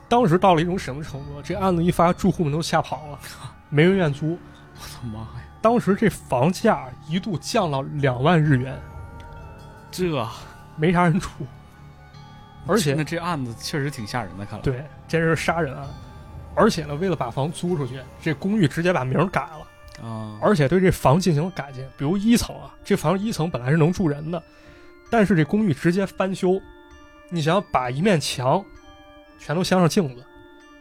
Speaker 1: 当时到了一种什么程度？这案子一发，住户们都吓跑了，没人愿租。
Speaker 2: 我的妈呀，
Speaker 1: 当时这房价一度降到两万日元，
Speaker 2: 这
Speaker 1: 没啥人住，而且
Speaker 2: 那这案子确实挺吓人的，看来。
Speaker 1: 对，这是杀人案。而且呢，为了把房租出去，这公寓直接把名儿改了。
Speaker 2: 啊，
Speaker 1: 而且对这房进行了改建，比如一层啊，这房一层本来是能住人的，但是这公寓直接翻修，你想把一面墙全都镶上镜子，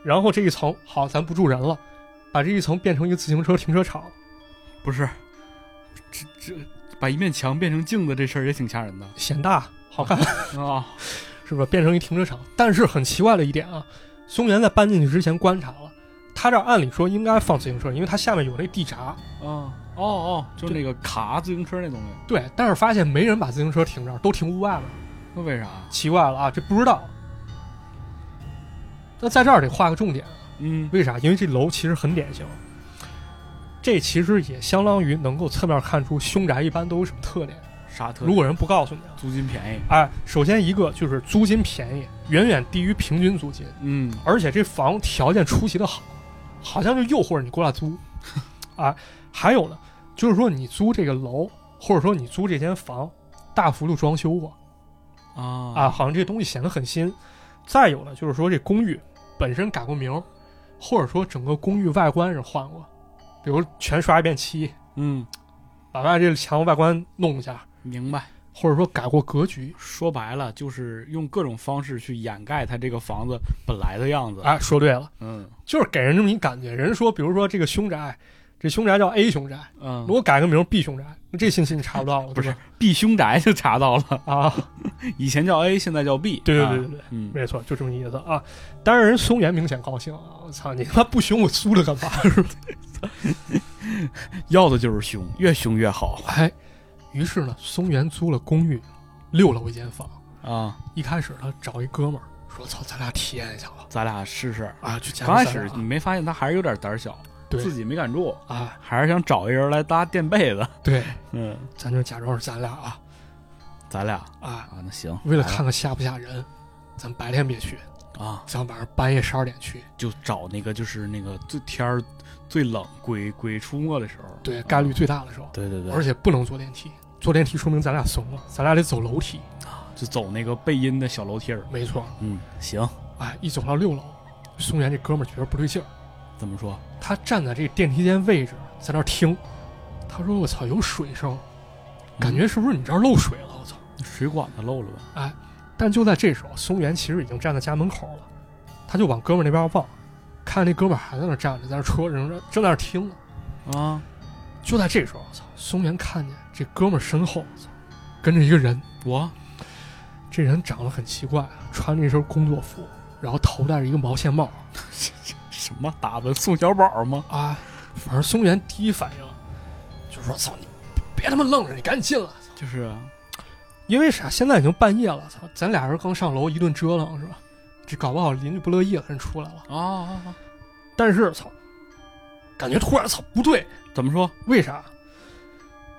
Speaker 1: 然后这一层好，咱不住人了，把这一层变成一个自行车停车场。
Speaker 2: 不是，这这把一面墙变成镜子这事儿也挺吓人的
Speaker 1: 显大好看，
Speaker 2: 啊。
Speaker 1: 是吧？变成一停车场。但是很奇怪的一点啊，松原在搬进去之前观察了，他这儿按理说应该放自行车，因为它下面有那地闸。
Speaker 2: 啊，哦哦，就是那个卡自行车那东西，
Speaker 1: 对，但是发现没人把自行车停这儿，都停屋外了，
Speaker 2: 那为啥？
Speaker 1: 奇怪了啊，这不知道。那在这儿得画个重点，
Speaker 2: 嗯
Speaker 1: 为啥？因为这楼其实很典型，这其实也相当于能够侧面看出凶宅一般都有什么特点。
Speaker 2: 啥特点？
Speaker 1: 如果人不告诉你啊，
Speaker 2: 租金便宜，
Speaker 1: 哎，首先一个就是租金便宜，远远低于平均租金，
Speaker 2: 嗯，
Speaker 1: 而且这房条件出奇的好，好像就诱惑着你过来租。啊，还有呢，就是说你租这个楼，或者说你租这间房，大幅度装修过
Speaker 2: 啊
Speaker 1: 啊，好像这东西显得很新。再有呢，就是说这公寓本身改过名儿，或者说整个公寓外观是换过，比如全刷一遍漆，
Speaker 2: 嗯，
Speaker 1: 把外这墙外观弄一下，
Speaker 2: 明白。
Speaker 1: 或者说改过格局。
Speaker 2: 说白了，就是用各种方式去掩盖他这个房子本来的样子。
Speaker 1: 哎，说对了。
Speaker 2: 嗯
Speaker 1: 就是给人这么一感觉。人说，比如说这个凶宅，这凶宅叫 A 凶宅，
Speaker 2: 嗯
Speaker 1: 如，果改个名儿 B 凶宅，那这信息你查不到了，
Speaker 2: 不
Speaker 1: 对
Speaker 2: 是
Speaker 1: 吧
Speaker 2: B 凶宅就查到了，
Speaker 1: 啊？
Speaker 2: 以前叫 A，现在叫 B。
Speaker 1: 对对
Speaker 2: 啊
Speaker 1: 对对对，
Speaker 2: 嗯，
Speaker 1: 没错，就这么意思啊。当然，人松原明显高兴啊！我操，你他妈不凶我租了干嘛？是吧
Speaker 2: 要的就是凶，越凶越好
Speaker 1: 哎，于是呢，松原租了公寓，六楼一间房。
Speaker 2: 啊！
Speaker 1: 一开始他找一哥们儿说：“操，咱俩体验一下吧。
Speaker 2: 咱俩试试”。
Speaker 1: 啊，去加
Speaker 2: 刚
Speaker 1: 个
Speaker 2: 开
Speaker 1: 三
Speaker 2: 始嗯
Speaker 1: 啊
Speaker 2: 你没发现他还是有点胆小，
Speaker 1: 对
Speaker 2: 自己没敢住，
Speaker 1: 啊，
Speaker 2: 还是想找一人来搭垫被子。
Speaker 1: 对，
Speaker 2: 嗯，
Speaker 1: 咱就假装是咱俩啊
Speaker 2: 咱俩
Speaker 1: 啊！
Speaker 2: 啊，那行，
Speaker 1: 为了
Speaker 2: 来吧
Speaker 1: 看看吓不吓人，咱白天别去，
Speaker 2: 啊，
Speaker 1: 咱晚上半夜十二点去。
Speaker 2: 就找那个就是那个最天儿最冷、鬼鬼出没的时候，啊
Speaker 1: 对，概率最大的时候，
Speaker 2: 对对对，
Speaker 1: 而且不能坐电梯，坐电梯说明咱俩怂了，咱俩得走楼梯。
Speaker 2: 就走那个背阴的小楼梯儿。
Speaker 1: 没错，
Speaker 2: 嗯，行，
Speaker 1: 哎，一走到六楼，松原这哥们儿觉得不对劲儿，
Speaker 2: 怎么说？
Speaker 1: 他站在这电梯间位置，在那儿听，他说：“我操，有水声，感觉是不是你这儿漏水了？”我操！
Speaker 2: 水管子漏了吧？
Speaker 1: 但就在这时候，松原其实已经站在家门口了，他就往哥们儿那边望，看那哥们儿还在那儿站着，在那儿戳着，正在那儿听呢。
Speaker 2: 啊，
Speaker 1: 就在这时候，我操，松原看见这哥们儿身后，我操，跟着一个人。
Speaker 2: 我
Speaker 1: 这人长得很奇怪，啊穿着一身工作服，然后头戴着一个毛线帽
Speaker 2: 什么打扮宋小宝吗？
Speaker 1: 啊。反正松原第一反应就是说：“操你，别他妈愣着，你赶紧进来。
Speaker 2: 就是啊，”
Speaker 1: 因为啥？现在已经半夜了，操，咱俩人刚上楼一顿折腾是吧？这搞不好邻居不乐意了，人出来了。
Speaker 2: 啊啊
Speaker 1: 但是操，感觉突然操不对，
Speaker 2: 怎么说？
Speaker 1: 为啥？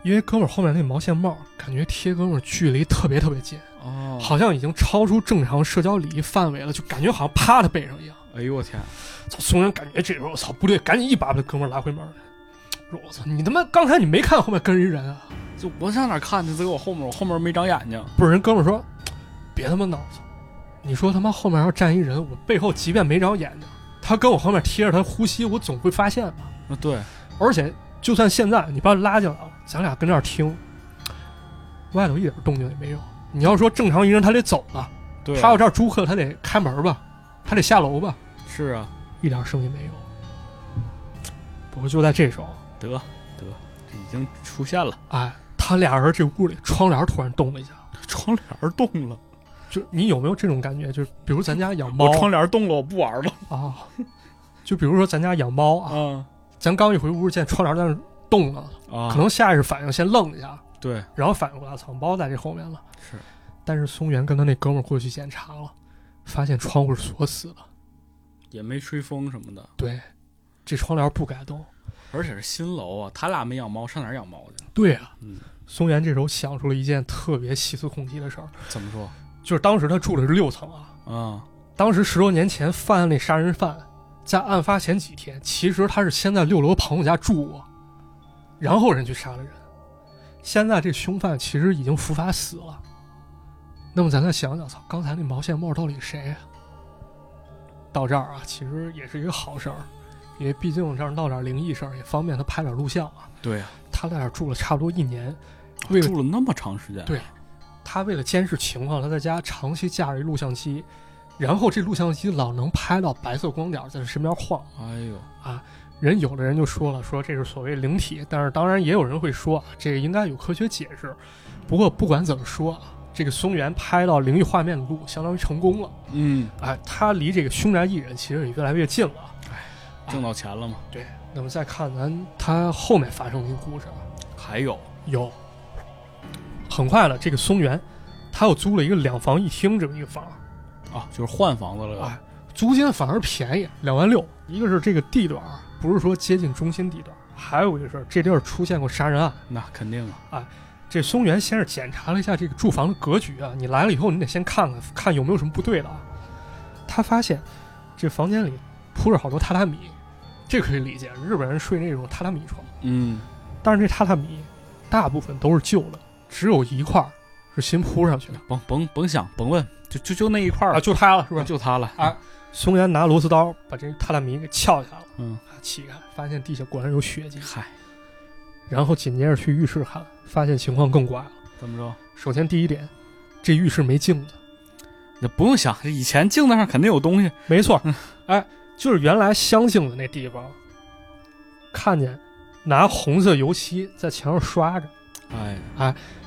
Speaker 1: 因为哥们儿后面那毛线帽感觉贴哥们儿距离特别特别近，
Speaker 2: 哦好，
Speaker 1: 好像已经超出正常社交礼仪范围了，就感觉好像趴他背上一样。
Speaker 2: 哎呦我天，
Speaker 1: 操，松原感觉这时候，我操，不对，赶紧一把把这哥们儿拉回门来。说，我操，你他妈刚才你没看后面跟人一人啊？
Speaker 2: 就我上哪看去？在我后面，我后面没长眼睛。
Speaker 1: 不是，人哥们儿说，别他妈闹，操，你说他妈后面要站一人，我背后即便没长眼睛，他跟我后面贴着他呼吸，我总会发现吧。
Speaker 2: 啊，对，
Speaker 1: 而且就算现在你把我拉进来了，咱俩跟这儿听，外头一点动静也没有。你要说正常一人他得走了，
Speaker 2: 对啊
Speaker 1: 他要这儿租客他得开门吧，他得下楼吧，
Speaker 2: 是啊，
Speaker 1: 一点声音没有。不过就在这时候。
Speaker 2: 得得，这已经出现了，
Speaker 1: 哎，他俩人这屋里窗帘突然动了一下，
Speaker 2: 窗帘动了，
Speaker 1: 就是你有没有这种感觉？就是比如咱家养猫
Speaker 2: 我窗帘动了，我不玩了。
Speaker 1: 啊，就比如说咱家养猫啊，
Speaker 2: 啊
Speaker 1: 咱刚一回屋见窗帘在那儿动呢，
Speaker 2: 啊
Speaker 1: 可能下意识反应先愣了一下，
Speaker 2: 对，
Speaker 1: 然后反应过来，操，猫在这后面了。
Speaker 2: 是，
Speaker 1: 但是松原跟他那哥们儿过去检查了，发现窗户是锁死的，
Speaker 2: 也没吹风什么的，
Speaker 1: 对，这窗帘不该动。
Speaker 2: 而且是新楼啊，他俩没养猫，上哪儿养猫去？
Speaker 1: 对啊，
Speaker 2: 嗯
Speaker 1: 松原这时候想出了一件特别细思恐极的事儿，
Speaker 2: 怎么说？
Speaker 1: 就是当时他住的是六层啊，
Speaker 2: 啊，
Speaker 1: 当时十多年前犯案那杀人犯，在案发前几天，其实他是先在六楼朋友家住过，然后人去杀了人。现在这凶犯其实已经伏法死了。那么咱再想想，操，刚才那毛线帽到底是谁呀、到这儿啊，其实也是一个好事儿，因为毕竟这儿闹点灵异事儿也方便他拍点录像啊。
Speaker 2: 对啊，
Speaker 1: 他在这儿住了差不多一年，为了
Speaker 2: 住了那么长时间，
Speaker 1: 对他为了监视情况，他在家长期架着一录像机，然后这录像机老能拍到白色光点在身边晃。
Speaker 2: 哎呦，
Speaker 1: 人有的人就说了，说这是所谓灵体，但是当然也有人会说啊这应该有科学解释。不过不管怎么说，这个松原拍到灵异画面的路相当于成功了。
Speaker 2: 嗯，
Speaker 1: 哎，他离这个凶宅艺人其实也越来越近了。
Speaker 2: 挣到钱了嘛？
Speaker 1: 对，那么再看咱他后面发生的故事啊，
Speaker 2: 还有，
Speaker 1: 有。很快了，这个松原他又租了一个两房一厅这么一个房，
Speaker 2: 啊，就是换房子了又。
Speaker 1: 哎租金反而便宜，两万六。一个是这个地段啊不是说接近中心地段，还有一个是这地儿出现过杀人案。
Speaker 2: 那肯定啊，
Speaker 1: 这松原先是检查了一下这个住房的格局啊，你来了以后，你得先看看看有没有什么不对的啊。他发现这房间里铺着好多榻榻米，这可以理解，日本人睡那种榻榻米床，
Speaker 2: 嗯，
Speaker 1: 但是这榻榻米大部分都是旧的，只有一块儿是新铺上去的
Speaker 2: 甭甭甭想，甭问，就就就那一块儿
Speaker 1: 啊，
Speaker 2: 吧，
Speaker 1: 就它了，是
Speaker 2: 是
Speaker 1: 不是？
Speaker 2: 就它了？
Speaker 1: 啊松原拿螺丝刀把这榻榻米给撬下来了，
Speaker 2: 嗯，
Speaker 1: 啊，起开，发现地下果然有血迹，
Speaker 2: 嗨，
Speaker 1: 然后紧接着去浴室看，发现情况更怪了。
Speaker 2: 怎么着？
Speaker 1: 首先第一点，这浴室没镜子。
Speaker 2: 那不用想，以前镜子上肯定有东西。
Speaker 1: 没错，哎，就是原来相信的那地方，看见拿红色油漆在墙上刷着，
Speaker 2: 哎，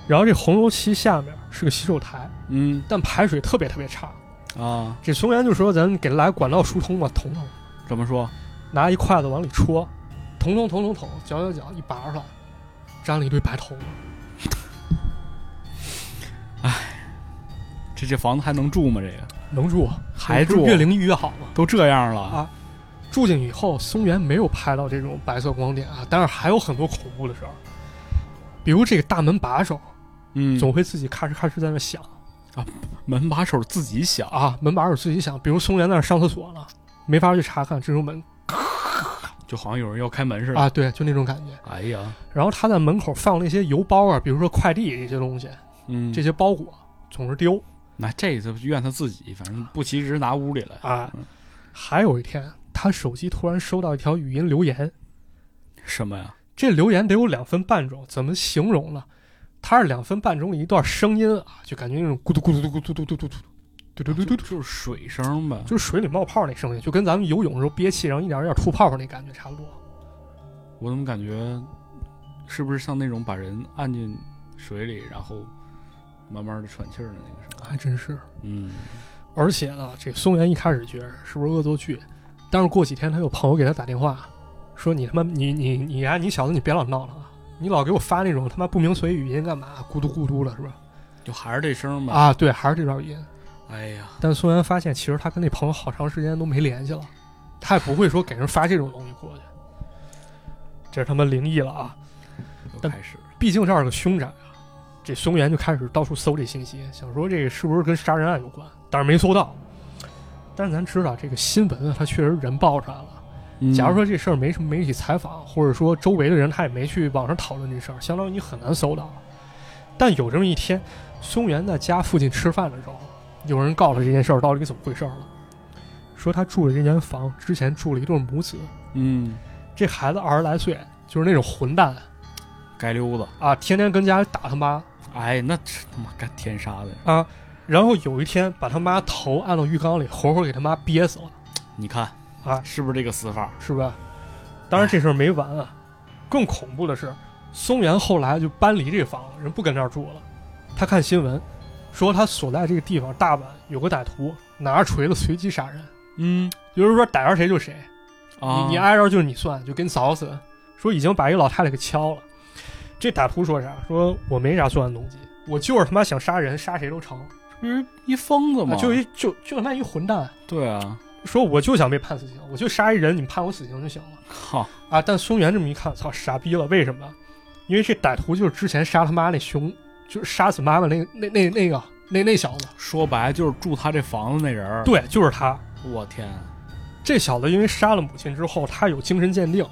Speaker 1: 然后这红油漆下面是个洗手台，
Speaker 2: 嗯
Speaker 1: 但排水特别特别差。
Speaker 2: 啊，
Speaker 1: 这松原就说：“咱给来管道疏通吧，捅捅，
Speaker 2: 怎么说？
Speaker 1: 拿一筷子往里戳，捅捅捅捅捅，搅搅搅，一拔出来，粘了一堆白头发。
Speaker 2: 这这房子还能住吗？这个
Speaker 1: 能住啊
Speaker 2: 还住啊
Speaker 1: 越灵异越好嘛。
Speaker 2: 都这样
Speaker 1: 啊
Speaker 2: 了，
Speaker 1: 住进去以后，松原没有拍到这种白色光点啊，但是还有很多恐怖的事儿，比如这个大门把手。”
Speaker 2: 嗯，
Speaker 1: 总会自己咔哧咔哧在那响
Speaker 2: 门把手自己响，
Speaker 1: 啊，门把手自己响，比如松原在那上厕所呢，没法去查看这种门
Speaker 2: 就好像有人要开门似的。
Speaker 1: 啊，对，就那种感觉。
Speaker 2: 哎呀，
Speaker 1: 然后他在门口放了一些邮包啊，比如说快递这些东西，
Speaker 2: 嗯，
Speaker 1: 这些包裹总是丢
Speaker 2: 那这次怨他自己，反正不其实拿屋里来。
Speaker 1: 啊
Speaker 2: 嗯。
Speaker 1: 还有一天，他手机突然收到一条语音留言，
Speaker 2: 什么呀？
Speaker 1: 这留言得有两分半钟，怎么形容呢？它是两分半钟的一段声音啊，就感觉那种咕嘟咕嘟咕嘟咕嘟咕嘟嘟嘟嘟嘟嘟嘟，
Speaker 2: 就是水声吧。
Speaker 1: 就是水里冒泡那声音，就跟咱们游泳的时候憋气，然后一点一点吐泡泡那感觉差不多。
Speaker 2: 我怎么感觉，是不是像那种把人按进水里，然后慢慢的喘气儿的那个声？
Speaker 1: 还真是。
Speaker 2: 嗯，
Speaker 1: 而且呢，这松原一开始觉得是不是恶作剧，但是过几天他有朋友给他打电话，说你他妈你你你呀、你小子你别老闹了啊，你老给我发那种他妈不明所以语音干嘛？咕嘟咕嘟的是吧？
Speaker 2: 就还是这声吧。
Speaker 1: 啊，对，还是这段语音。
Speaker 2: 哎呀，
Speaker 1: 但松原发现，其实他跟那朋友好长时间都没联系了，他也不会说给人发这种东西过去。这是他妈灵异了啊！
Speaker 2: 又开始了。
Speaker 1: 毕竟这儿有个凶宅啊，这松原就开始到处搜这信息，想说这个是不是跟杀人案有关，但是没搜到。但是咱知道这个新闻啊，它确实人爆出来了。
Speaker 2: 嗯
Speaker 1: 假如说这事儿没什么媒体采访，或者说周围的人他也没去网上讨论这事儿，相当于你很难搜到。但有这么一天，松原在家附近吃饭的时候，有人告诉他这件事儿到底怎么回事儿了，说他住的这间房之前住了一对母子，
Speaker 2: 嗯，
Speaker 1: 这孩子二十来岁，就是那种混蛋
Speaker 2: 街溜子，
Speaker 1: 啊，天天跟家里打他妈，
Speaker 2: 哎，那这他妈干天杀的！
Speaker 1: 啊，然后有一天把他妈头按到浴缸里，活活给他妈憋死了，
Speaker 2: 你看
Speaker 1: 啊
Speaker 2: 是不是这个死法？
Speaker 1: 是吧？当然这事儿没完啊，更恐怖的是，松原后来就搬离这房了，人不跟这儿住了。他看新闻说他所在这个地方大阪有个歹徒拿着锤子随机杀人，
Speaker 2: 嗯
Speaker 1: 也就是说逮着谁就谁，
Speaker 2: 啊，
Speaker 1: 你你挨着就是你算，就给你扫死。说已经把一个老太太给敲了，这歹徒说啥？说我没啥作案动机，我就是他妈想杀人，杀谁都成，
Speaker 2: 不是一疯子吗？
Speaker 1: 啊就一就就那一混蛋。
Speaker 2: 对啊，
Speaker 1: 说我就想被判死刑，我就杀一人，你们判我死刑就行了
Speaker 2: 靠，
Speaker 1: 啊！但松原这么一看，操，傻逼了，为什么？因为这歹徒就是之前杀他妈那凶，就是杀死妈妈那那那那个那那小子，
Speaker 2: 说白了就是住他这房子那人儿。
Speaker 1: 对，就是他。
Speaker 2: 我天，
Speaker 1: 这小子因为杀了母亲之后，他有精神鉴定，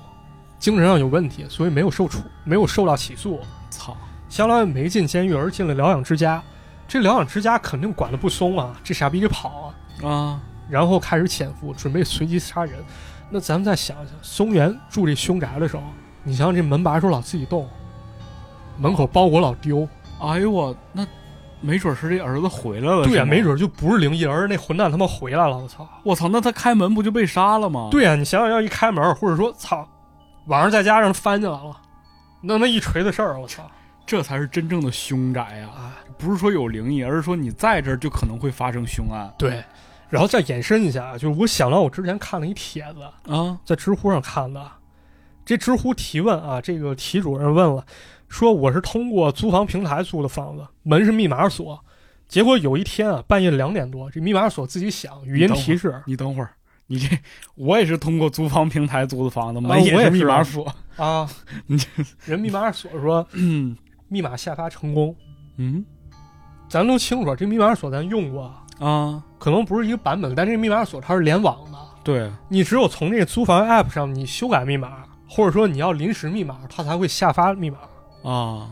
Speaker 1: 精神上有问题，所以没有受处，没有受到起诉，
Speaker 2: 操，
Speaker 1: 相当于没进监狱，而进了疗养之家。这疗养之家肯定管得不松啊，这傻逼给跑啊！
Speaker 2: 啊，
Speaker 1: 然后开始潜伏，准备随机杀人。那咱们再想想，松原住这凶宅的时候，你想想这门把手老自己动，门口包裹老丢，
Speaker 2: 哎呦我那没准是这儿子回来了。
Speaker 1: 对呀、
Speaker 2: 是吗
Speaker 1: 没。准就不是灵异，而是那混蛋他妈回来了，我操！
Speaker 2: 我操，那他开门不就被杀了吗？，
Speaker 1: 对呀、你想想，要一开门，或者说操，晚上在家让人翻进来了，那那一锤子事儿，我操！
Speaker 2: 这才是真正的凶宅呀、
Speaker 1: 啊，
Speaker 2: 不是说有灵异，而是说你在这儿就可能会发生凶案
Speaker 1: 对。然后再延伸一下，就是我想到我之前看了一帖子，
Speaker 2: 啊。
Speaker 1: 在知乎上看的。啊这知乎提问啊，这个题主任问了，说我是通过租房平台租的房子，门是密码锁，结果有一天啊，半夜两点多，这密码锁自己响，语音提示
Speaker 2: 你等会儿，你这我也是通过租房平台租的房子，门
Speaker 1: 我也
Speaker 2: 密
Speaker 1: 是
Speaker 2: 码
Speaker 1: 啊
Speaker 2: 锁。
Speaker 1: 啊
Speaker 2: 你，
Speaker 1: 人密码锁说
Speaker 2: 嗯
Speaker 1: 密码下发成功，
Speaker 2: 嗯
Speaker 1: 咱都清楚，这密码锁咱用过，
Speaker 2: 啊，
Speaker 1: 可能不是一个版本，但这密码锁它是联网的，
Speaker 2: 对，
Speaker 1: 你只有从这个租房 app 上你修改密码，或者说你要临时密码，它才会下发密码。
Speaker 2: 啊，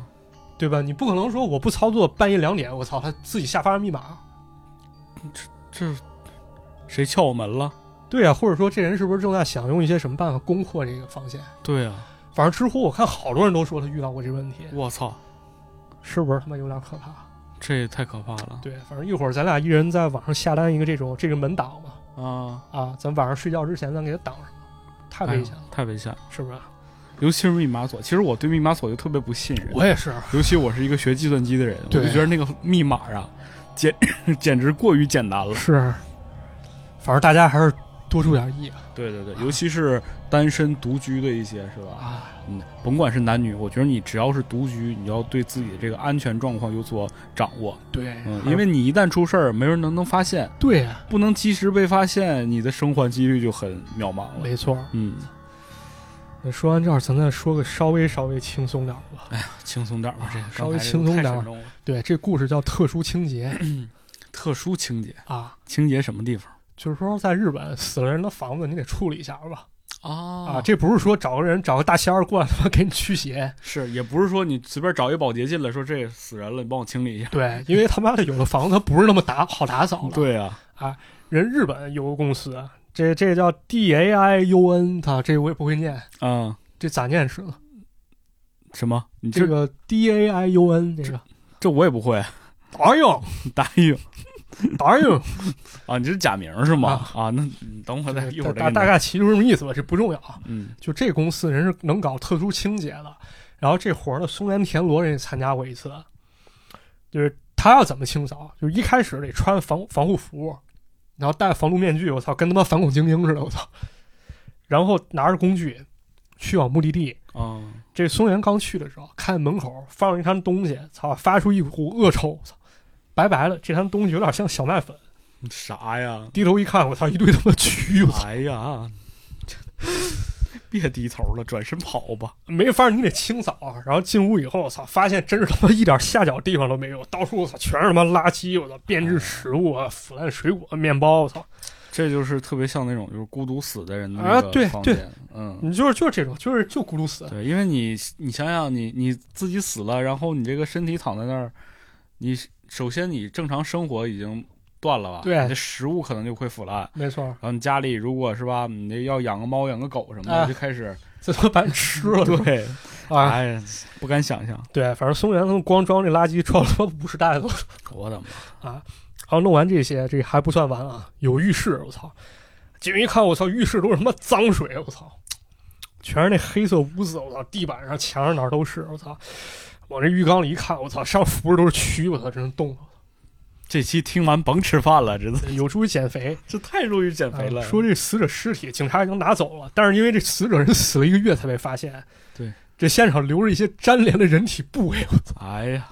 Speaker 1: 对吧？你不可能说我不操作，半夜两点，我操，他自己下发密码。
Speaker 2: 这谁撬我门了？
Speaker 1: 对啊，或者说这人是不是正在想用一些什么办法攻破这个防线？
Speaker 2: 对啊，
Speaker 1: 反正知乎我看好多人都说他遇到过这问题，
Speaker 2: 我操，
Speaker 1: 是不是他妈有点可怕？
Speaker 2: 这也太可怕了
Speaker 1: 对，反正一会儿咱俩一人在网上下单一个这种这个门挡嘛，
Speaker 2: 啊！
Speaker 1: 啊，咱晚上睡觉之前咱给它挡上，太危险了，
Speaker 2: 哎呀太危险了，
Speaker 1: 是不是？
Speaker 2: 尤其是密码锁。其实我对密码锁就特别不信任，
Speaker 1: 也是，
Speaker 2: 尤其我是一个学计算机的人，我
Speaker 1: 对
Speaker 2: 就觉得那个密码啊，简 简直过于简单了。
Speaker 1: 是，反正大家还是多注点意
Speaker 2: 对对对，尤其是单身独居的一些，是吧？
Speaker 1: 啊，
Speaker 2: 嗯，甭管是男女，我觉得你只要是独居，你要对自己的这个安全状况有所掌握。
Speaker 1: 对
Speaker 2: 嗯，因为你一旦出事儿，没人能能发现，
Speaker 1: 对啊呀、
Speaker 2: 不能及时被发现，你的生还几率就很渺茫了。
Speaker 1: 没错。
Speaker 2: 嗯，
Speaker 1: 那说完这儿，咱再说个稍微稍微轻松点儿吧。
Speaker 2: 轻松点儿吧，这
Speaker 1: 稍微轻松点儿。对，这故事叫特殊情节
Speaker 2: 特殊清洁，
Speaker 1: 啊，
Speaker 2: 清洁什么地方
Speaker 1: 就是说在日本死了人的房子，你得处理一下吧。
Speaker 2: 啊
Speaker 1: 啊，这不是说找个人找个大仙儿过来他妈给你驱 邪，
Speaker 2: 是也不是说你随便找一保洁进来说这死人了，你帮我清理一下。
Speaker 1: 对，因为他妈的有的房子它不是那么打好打扫的。
Speaker 2: 对啊，
Speaker 1: 人日本有个公司，这这叫 D A I U N，它这我也不会念，
Speaker 2: 嗯，
Speaker 1: 这咋念是呢？
Speaker 2: 什么？你
Speaker 1: 这
Speaker 2: 这
Speaker 1: 个 D A I U N 这个，
Speaker 2: 这我也不会，
Speaker 1: 答应
Speaker 2: 答应
Speaker 1: 答应，
Speaker 2: 啊，你这是假名是吗？啊，那你等会儿再一会儿再
Speaker 1: 大
Speaker 2: 给你
Speaker 1: 大概其实是什么意思吧，这不重要啊。
Speaker 2: 嗯
Speaker 1: 就这公司人是能搞特殊清洁的，然后这活儿呢，松原田螺人也参加过一次，就是他要怎么清扫，就是一开始得穿防防护服，然后戴防毒面具，我操，跟他妈反恐精英似的，我操，然后拿着工具去往目的地。
Speaker 2: 啊
Speaker 1: 这松原刚去的时候，看门口放着一摊东西，操，发出一股恶臭，我操，白白的，这摊东西有点像小麦粉。
Speaker 2: 啥 呀？
Speaker 1: 低头一看，我操，一堆他妈蛆，我操，
Speaker 2: 哎呀，别低头了，转身跑吧。
Speaker 1: 没法儿，你得清扫啊。然后进屋以后，我操，发现真是他妈一点下脚地方都没有，到处我操全是他妈垃圾，我操，变质食物啊，腐烂水果、面包，我操，
Speaker 2: 这就是特别像那种就是孤独死的人的
Speaker 1: 啊
Speaker 2: 那
Speaker 1: 对
Speaker 2: 个房
Speaker 1: 对
Speaker 2: 间，嗯，
Speaker 1: 你就是就是这种，就是就咕噜死。
Speaker 2: 对，因为你你想想你，你自己死了，然后你这个身体躺在那儿，你首先你正常生活已经断了吧？
Speaker 1: 对
Speaker 2: 你的食物可能就会腐烂。
Speaker 1: 没错儿，
Speaker 2: 然后你家里如果是吧，你这要养个猫、养个狗什么的，
Speaker 1: 啊
Speaker 2: 就开始
Speaker 1: 这他妈把你吃了都
Speaker 2: 对，
Speaker 1: 啊！
Speaker 2: 哎呀，不敢想象，
Speaker 1: 对，反正松原他们光装这垃圾装了他妈五十袋子，
Speaker 2: 我的妈！
Speaker 1: 然后弄完这些，这还不算完啊，有浴室，我操，进去一看，我操，浴室都是他妈脏水，我操，全是那黑色污渍，我操，地板上、墙上哪儿都是，我操，往这浴缸里一看，我操，上浮着都是蛆，我操，真是冻了。
Speaker 2: 这期听完甭吃饭了，真的，
Speaker 1: 有助于减肥。
Speaker 2: 这太助于减 肥了。
Speaker 1: 啊说这死者尸体，警察已经拿走了，但是因为这死者人死了一个月才被发现，
Speaker 2: 对，
Speaker 1: 这现场留着一些粘连的人体部位，我操，
Speaker 2: 哎呀，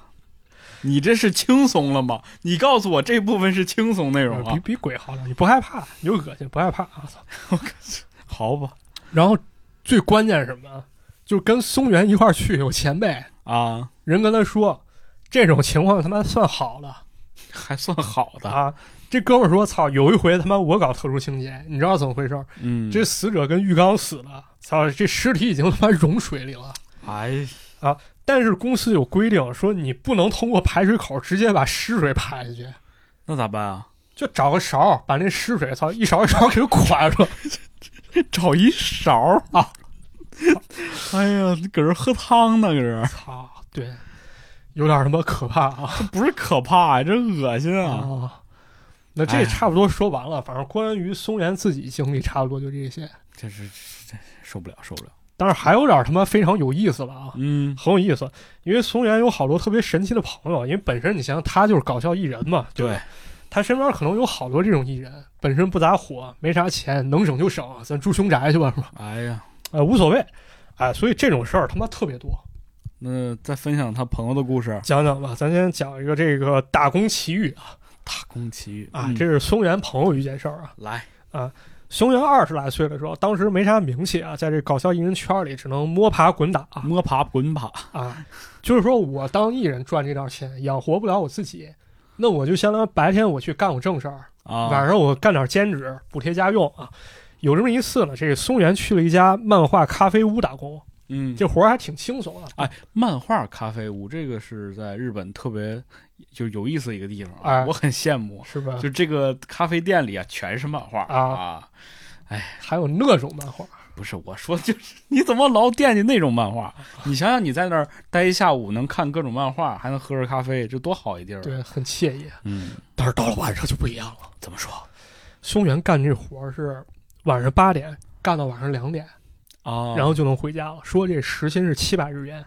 Speaker 2: 你这是轻松了吗？你告诉我这部分是轻松内容
Speaker 1: 比
Speaker 2: 啊？
Speaker 1: 比鬼好点，你不害怕，你就恶心，不害怕，啊我操。
Speaker 2: 好吧，
Speaker 1: 然后最关键是什么？就是跟松原一块儿去有前辈，
Speaker 2: 啊，
Speaker 1: 人跟他说，这种情况他妈算好了
Speaker 2: 还算好的，
Speaker 1: 啊。这哥们儿说：“操，有一回他妈我搞特殊情节，你知道怎么回事儿？
Speaker 2: 嗯，
Speaker 1: 这死者跟浴缸死了，操，这尸体已经他妈融水里了。”
Speaker 2: 哎呀。
Speaker 1: 但是公司有规定说，你不能通过排水口直接把湿水排下去，
Speaker 2: 那咋办啊？
Speaker 1: 就找个勺儿把那湿水操一勺一勺给它蒯出来。
Speaker 2: 找一勺儿啊！哎呀，你搁这喝汤呢，搁这。
Speaker 1: 操，对，有点儿他妈可怕啊！
Speaker 2: 这不是可怕呀，这恶心啊！
Speaker 1: 啊，那
Speaker 2: 哎
Speaker 1: 这
Speaker 2: 呀
Speaker 1: 差不多说完了，反正关于松原自己经历差不多就这些。
Speaker 2: 这是这受不了，受不了。
Speaker 1: 但是还有点儿他妈非常有意思了啊，
Speaker 2: 嗯，
Speaker 1: 很有意思，因为松原有好多特别神奇的朋友，因为本身你想想他就是搞笑艺人嘛，吧
Speaker 2: 对，
Speaker 1: 他身边可能有好多这种艺人，本身不咋火，没啥钱，能省就省，咱住凶宅去吧，是吧？
Speaker 2: 哎呀，
Speaker 1: 呃，无所谓，哎、所以这种事儿他妈特别多。
Speaker 2: 那再分享他朋友的故事，啊《
Speaker 1: 讲讲吧，咱先讲一个这个打工奇遇啊，
Speaker 2: 大公奇遇》
Speaker 1: 啊，
Speaker 2: 嗯
Speaker 1: 这是松原朋友一件事儿啊。
Speaker 2: 来，
Speaker 1: 松原二十来岁的时候，当时没啥名气啊，在这搞笑艺人圈里只能摸爬滚打
Speaker 2: 摸爬滚爬，
Speaker 1: 啊，就是说我当艺人赚这点钱养活不了我自己，那我就相当于白天我去干我正事儿，
Speaker 2: 啊，
Speaker 1: 晚上我干点兼职补贴家用啊。有这么一次呢，这个松原去了一家漫画咖啡屋打工，
Speaker 2: 嗯，
Speaker 1: 这活儿还挺轻松啊。
Speaker 2: 哎，漫画咖啡屋这个是在日本特别就有意思的一个地方，啊
Speaker 1: 哎
Speaker 2: 我很羡慕。
Speaker 1: 是吧？
Speaker 2: 就这个咖啡店里啊，全是漫画
Speaker 1: 啊还有那种漫画，
Speaker 2: 不是我说，就是你怎么老惦记那种漫画？你想想，你在那儿待一下午，能看各种漫画，还能喝着咖啡，这多好一地儿！，啊
Speaker 1: 对，很惬意。啊
Speaker 2: 嗯，
Speaker 1: 但是到了晚上就不一样了。
Speaker 2: 怎么说
Speaker 1: 松原干这活儿是晚上八点干到晚上两点，
Speaker 2: 啊？
Speaker 1: 然后就能回家了。说这时薪是七百日元，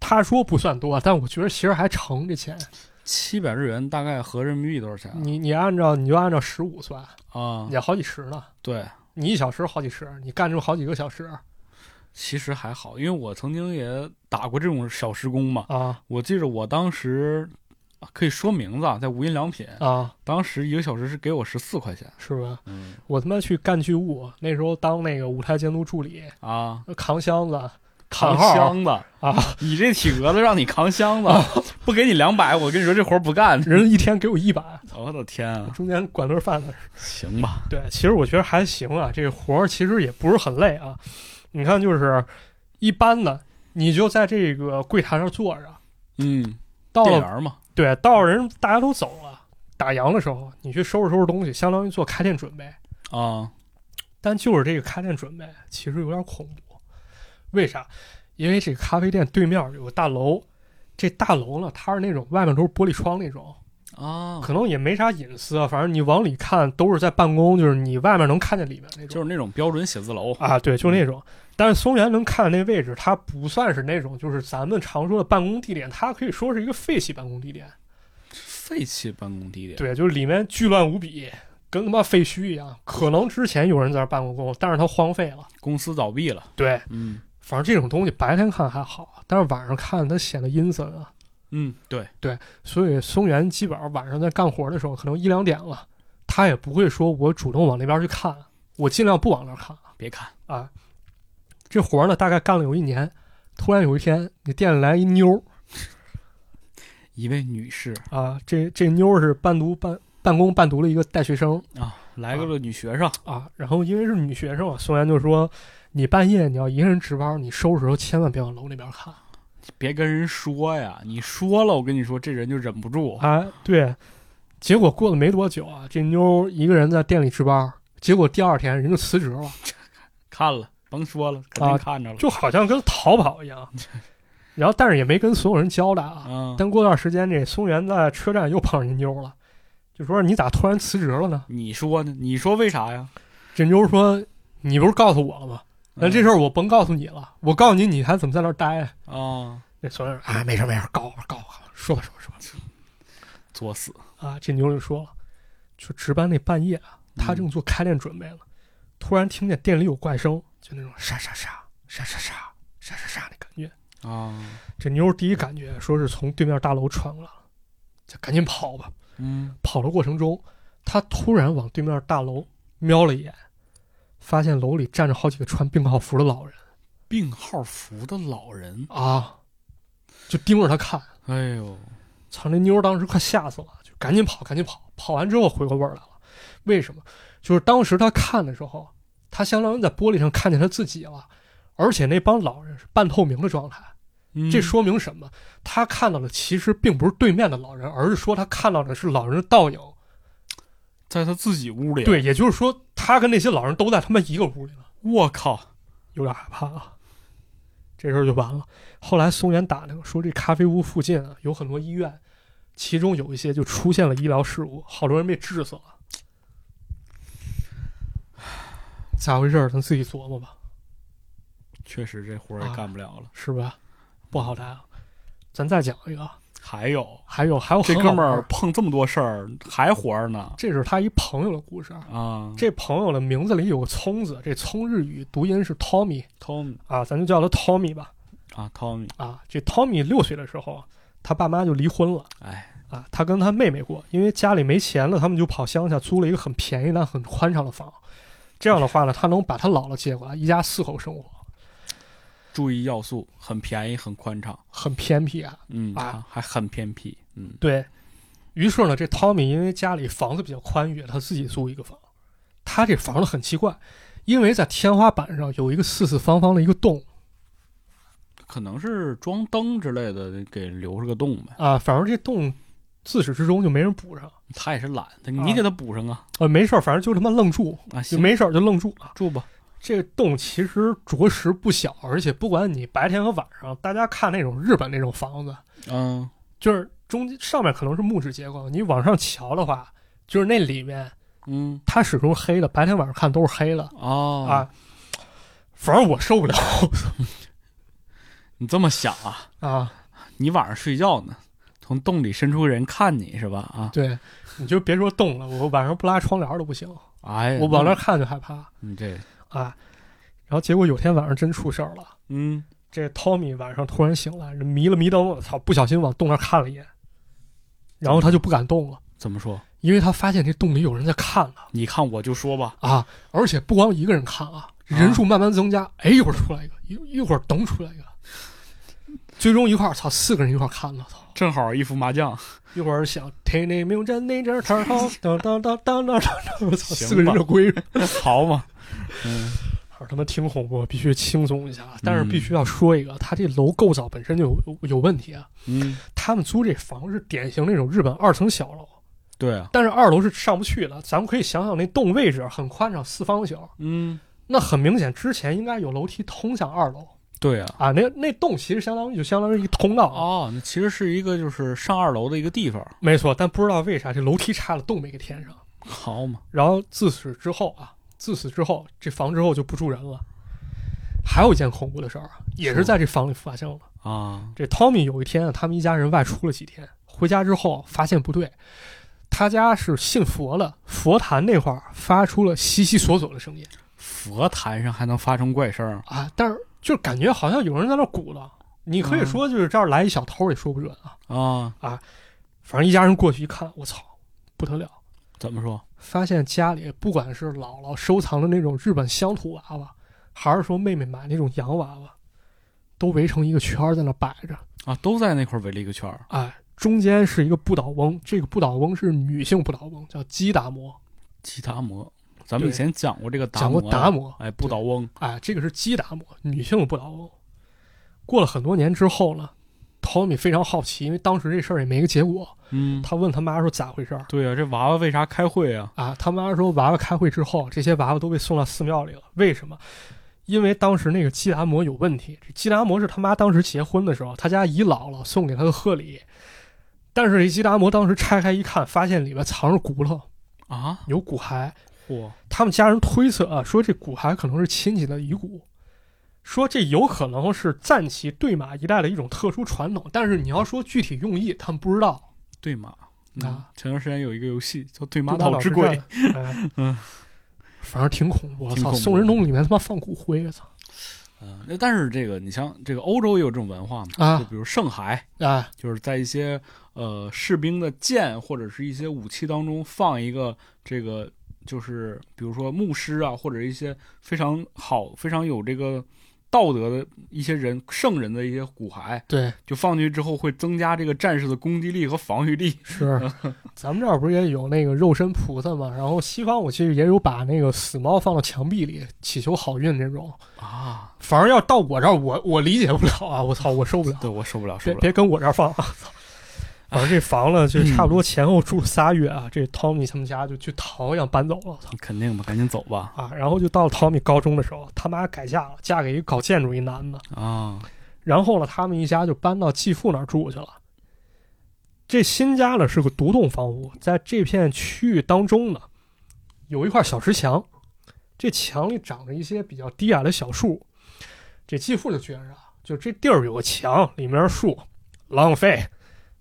Speaker 1: 他说不算多，但我觉得其实还成这钱。
Speaker 2: 啊七百日元大概合人民币多少钱啊？
Speaker 1: 你你按照你就按照十五算，
Speaker 2: 啊，
Speaker 1: 也好几十呢。
Speaker 2: 对，
Speaker 1: 你一小时好几十，你干这好几个小时
Speaker 2: 其实还好，因为我曾经也打过这种小时工嘛。
Speaker 1: 啊
Speaker 2: 我记着我当时啊可以说名字啊，在无印良品，
Speaker 1: 啊，
Speaker 2: 当时一个小时是给我十四块钱。
Speaker 1: 是吧？
Speaker 2: 嗯
Speaker 1: 我他妈去干剧务，那时候当那个舞台监督助理，
Speaker 2: 啊，
Speaker 1: 扛箱子、
Speaker 2: 扛
Speaker 1: 号
Speaker 2: 箱子
Speaker 1: 啊，
Speaker 2: 你这体格子让你扛箱子，不给你两百，我跟你说这活儿 不干。
Speaker 1: 人一天给我一百，
Speaker 2: 我的天 啊！
Speaker 1: 中间管顿饭的
Speaker 2: 行吧，
Speaker 1: 对，其实我觉得还行啊，这个活儿其实也不是很累啊。你看，就是一般的，你就在这个柜台上坐着，
Speaker 2: 嗯，
Speaker 1: 到
Speaker 2: 店
Speaker 1: 了
Speaker 2: 员嘛，
Speaker 1: 对，到了人大家都走了，打烊的时候，你去收拾收拾东西，相当于做开店准备。
Speaker 2: 啊，
Speaker 1: 但就是这个开店准备，其实有点恐怖。为啥？因为这个咖啡店对面有个大楼，这大楼呢，它是那种外面都是玻璃窗那种，
Speaker 2: 啊，
Speaker 1: 可能也没啥隐私啊，反正你往里看都是在办公，就是你外面能看见里面那种。
Speaker 2: 就是那种标准写字楼
Speaker 1: 啊，对，就那种。但是松原能看的那位置，它不算是那种就是咱们常说的办公地点，它可以说是一个废弃办公地点。
Speaker 2: 废弃办公地点。
Speaker 1: 对，就是里面巨乱无比，跟他妈废墟一样。可能之前有人在这儿办过工，但是它荒废了。
Speaker 2: 公司倒闭了。
Speaker 1: 对，
Speaker 2: 嗯
Speaker 1: 反正这种东西白天看还好，啊但是晚上看它显得阴森啊。
Speaker 2: 嗯，对，
Speaker 1: 所以松原基本上晚上在干活的时候，可能一两点了，他也不会说我主动往那边去看，我尽量不往那儿看。
Speaker 2: 别看
Speaker 1: 啊，这活儿呢大概干了有一年，突然有一天，你店里来一妞儿
Speaker 2: 一位女士
Speaker 1: 啊，这这妞儿是半读半半工半读的一个带学生
Speaker 2: 啊，来个了女学生
Speaker 1: 啊，然后因为是女学生啊，宋岩就说，你半夜你要一个人值班，你收拾的时候千万别往楼那边看，
Speaker 2: 别跟人说呀，你说了，我跟你说，这人就忍不住。
Speaker 1: 啊，对，结果过了没多久啊，这妞儿一个人在店里值班，结果第二天人就辞职了，
Speaker 2: 看了，甭说
Speaker 1: 啊
Speaker 2: 了，肯定看着了。
Speaker 1: 就好像跟逃跑一样，然后但是也没跟所有人交代啊，
Speaker 2: 嗯，
Speaker 1: 但过段时间，这松原在车站又碰上这妞儿了，就说你咋突然辞职了呢？
Speaker 2: 你说呢？你说为啥呀？
Speaker 1: 这妞儿说你不是告诉我了吗？
Speaker 2: 嗯
Speaker 1: 那这事儿我甭告诉你了，我告诉你，你还怎么在那儿待啊？
Speaker 2: 啊，
Speaker 1: 那松原说啊，没事没事，告我告我，说吧说吧说吧。
Speaker 2: 作死。
Speaker 1: 啊，这妞儿就说了，就值班那半夜啊，
Speaker 2: 嗯
Speaker 1: 她正做开店准备了，突然听见店里有怪声，就那种沙沙沙沙沙沙沙沙沙的感觉。
Speaker 2: 啊，
Speaker 1: 这妞儿第一感觉说是从对面大楼传过来了，就赶紧跑吧。
Speaker 2: 嗯，
Speaker 1: 跑的过程中，他突然往对面大楼瞄了一眼，发现楼里站着好几个穿病号服的老人
Speaker 2: 病号服的老人，
Speaker 1: 啊，就盯着他看。
Speaker 2: 哎呦，
Speaker 1: 操，那妞儿当时快吓死了，就赶紧跑，赶紧跑。跑完之后回过味儿来了，为什么？就是当时他看的时候，他相当于在玻璃上看见他自己了，而且那帮老人是半透明的状态。
Speaker 2: 嗯
Speaker 1: 这说明什么？他看到的其实并不是对面的老人，而是说他看到的是老人的倒影。
Speaker 2: 在他自己屋里。，啊
Speaker 1: 对，也就是说，他跟那些老人都在他妈一个屋里了，
Speaker 2: 我靠，
Speaker 1: 有点害怕啊。这事儿就完了。后来松原打听说，这咖啡屋附近啊有很多医院，其中有一些就出现了医疗事故，好多人被治死了。咋回事儿？咱自己琢磨吧，
Speaker 2: 确实这活儿也干不了了。
Speaker 1: 是吧？不好干。咱再讲一个，啊
Speaker 2: 还有
Speaker 1: 还有还有
Speaker 2: 这
Speaker 1: 很
Speaker 2: 哥
Speaker 1: 好
Speaker 2: 们
Speaker 1: 玩
Speaker 2: 儿，碰这么多事儿还活着呢
Speaker 1: 这是他一朋友的故事啊。
Speaker 2: 啊！
Speaker 1: 这朋友的名字里有个聪字，这聪日语读音是 Tommy
Speaker 2: Tom
Speaker 1: 啊，咱就叫他 Tommy 吧。
Speaker 2: 啊，Tommy，
Speaker 1: 啊，这 Tommy 六岁的时候，啊他爸妈就离婚了
Speaker 2: 哎，
Speaker 1: 啊，他跟他妹妹过，因为家里没钱了，他们就跑乡下租了一个很便宜但很宽敞的房。这样的话呢，他能把他姥姥接过来，一家四口生活，
Speaker 2: 注意要素，很便宜，很宽敞，
Speaker 1: 很偏僻啊。
Speaker 2: 嗯，
Speaker 1: 啊
Speaker 2: 还还很偏僻，嗯，
Speaker 1: 对于是呢，这 Tommy 因为家里房子比较宽裕，他自己租一个房。他这房子很奇怪，因为在天花板上有一个四四方方的一个洞
Speaker 2: 可能是装灯之类的，给留着个洞呗。
Speaker 1: 啊，反正这洞自始至终就没人补上。
Speaker 2: 他也是懒，他
Speaker 1: 啊
Speaker 2: 你给他补上啊
Speaker 1: 呃，没事儿，反正就他妈愣住，
Speaker 2: 啊，
Speaker 1: 就
Speaker 2: 行，
Speaker 1: 没事儿就愣住啊。
Speaker 2: 住吧，
Speaker 1: 这个洞其实着实不小，而且不管你白天和晚上，大家看那种日本那种房子，
Speaker 2: 嗯，
Speaker 1: 就是中间上面可能是木质结构，你往上瞧的话，就是那里面
Speaker 2: 嗯
Speaker 1: 它始终是黑的，白天晚上看都是黑的、
Speaker 2: 哦
Speaker 1: 啊。反正我受不了
Speaker 2: 你这么想啊？
Speaker 1: 啊，
Speaker 2: 你晚上睡觉呢，从洞里伸出个人看你是吧？啊，
Speaker 1: 对，你就别说动了，我晚上不拉窗帘都不行，
Speaker 2: 哎呀，
Speaker 1: 我往那儿看就害怕
Speaker 2: 你这，
Speaker 1: 啊。然后结果有天晚上真出事儿了。
Speaker 2: 嗯，
Speaker 1: 这 Tommy 晚上突然醒来，迷了迷瞪，我操，不小心往洞那儿看了一眼，然后他就不敢动了，
Speaker 2: 怎么说？
Speaker 1: 因为他发现这洞里有人在看了
Speaker 2: 你看我就说吧，
Speaker 1: 啊，而且不光一个人看啊，人数慢慢增加，哎，一会儿出来一个，一一会儿等出来一个，最终一块儿，操，四个人一块儿看了，操，
Speaker 2: 正好一副麻将，
Speaker 1: 一会儿想听那名针那阵儿，当当当当当当当，我操，
Speaker 2: 行吧
Speaker 1: 四个人就归着，
Speaker 2: 好嘛，嗯，
Speaker 1: 还是他妈挺恐怖，必须轻松一下，但是
Speaker 2: 嗯
Speaker 1: 必须要说一个，他这楼构造本身就有有有问题啊。
Speaker 2: 嗯，
Speaker 1: 他们租这房是典型那种日本二层小楼，
Speaker 2: 对啊，
Speaker 1: 但是二楼是上不去了。咱们可以想想那洞位置很宽敞，四方形，
Speaker 2: 嗯，
Speaker 1: 那很明显之前应该有楼梯通向二楼
Speaker 2: 对啊。
Speaker 1: 啊。那那洞其实相当于就相当于一个通道啊，
Speaker 2: 哦，那其实是一个就是上二楼的一个地方，
Speaker 1: 没错。但不知道为啥这楼梯拆了，洞没给填上。
Speaker 2: 好嘛，
Speaker 1: 然后自此之后啊，自此之后这房之后就不住人了。还有一件恐怖的事儿啊，也是在这房里发生了。
Speaker 2: 啊，
Speaker 1: 这 Tommy 有一天啊，他们一家人外出了几天，回家之后发现不对，他家是信佛的，佛坛那块儿发出了悉悉索索的声音
Speaker 2: 佛坛上还能发生怪声儿
Speaker 1: 啊，但是就感觉好像有人在那儿鼓捣。你可以
Speaker 2: 嗯
Speaker 1: 说就是这儿来一小偷也说不准啊。
Speaker 2: 啊？
Speaker 1: 反正一家人过去一看，我操，不得了！
Speaker 2: 怎么说？
Speaker 1: 发现家里不管是姥姥收藏的那种日本乡土娃娃，还是说妹妹买那种洋娃娃，都围成一个圈儿在那儿摆着。
Speaker 2: 啊，都在那块儿围了一个圈儿，
Speaker 1: 哎，中间是一个不倒翁，这个不倒翁是女性不倒翁，叫基达摩，
Speaker 2: 基达摩。咱们以
Speaker 1: 对
Speaker 2: 前讲过这个达
Speaker 1: 讲过
Speaker 2: 摩，
Speaker 1: 达摩。
Speaker 2: 哎，不倒翁，
Speaker 1: 哎，这个是基达摩，女性的不倒翁。过了很多年之后呢，Tommy 非常好奇，因为当时这事儿也没个结果，
Speaker 2: 嗯，
Speaker 1: 他问他妈说咋回事儿
Speaker 2: 对啊，这娃娃为啥开会啊？
Speaker 1: 啊？他妈说娃娃开会之后，这些娃娃都被送到寺庙里了，为什么？因为当时那个基达摩有问题，这基达摩是他妈当时结婚的时候，他家姨姥姥送给他的贺礼，但是这基达摩当时拆开一看，发现里边藏着骨头，
Speaker 2: 啊，
Speaker 1: 有骨骸，
Speaker 2: 嚯，
Speaker 1: 他们家人推测啊，说这骨骸可能是亲戚的遗骨，说这有可能是赞岐对马一带的一种特殊传统，但是你要说具体用意，他们不知道。
Speaker 2: 对马嗯
Speaker 1: 啊，
Speaker 2: 前段时间有一个游戏叫《对马
Speaker 1: 马岛
Speaker 2: 岛之鬼》，
Speaker 1: 哎、
Speaker 2: 嗯，
Speaker 1: 反正挺恐怖。我
Speaker 2: 挺
Speaker 1: 操，
Speaker 2: 恐怖
Speaker 1: 宋仁宗里面他妈放骨灰，啊我操
Speaker 2: 嗯，那但是这个你像这个欧洲也有这种文化嘛，就
Speaker 1: 啊
Speaker 2: 比如圣骸，
Speaker 1: 啊！
Speaker 2: 就是在一些呃士兵的剑或者是一些武器当中放一个这个，就是比如说牧师啊，或者一些非常好、非常有这个道德的一些人、圣人的一些骨骸，
Speaker 1: 对，
Speaker 2: 就放进去之后会增加这个战士的攻击力和防御力。
Speaker 1: 是，咱们这儿不是也有那个肉身菩萨嘛？然后西方我记得也有把那个死猫放到墙壁里祈求好运这种。
Speaker 2: 啊，
Speaker 1: 反正要到我这儿，我我理解不了啊！我操，我受不了。
Speaker 2: 对我受不了，受
Speaker 1: 别
Speaker 2: 不了。
Speaker 1: 别跟我这儿放啊！反正这房了，就差不多前后住了仨月啊。这 Tommy 他们家就去逃一样搬走了，操
Speaker 2: 肯定吧，赶紧走吧
Speaker 1: 啊！然后就到了 Tommy 高中的时候，他妈改嫁了，嫁给一个搞建筑一男的。
Speaker 2: 啊！
Speaker 1: 然后呢，他们一家就搬到继父那儿住去了。这新家呢是个独栋房屋，在这片区域当中呢，有一块小石墙，这墙里长着一些比较低矮的小树。这继父就觉着啊，就这地儿有个墙，里面是树，浪费，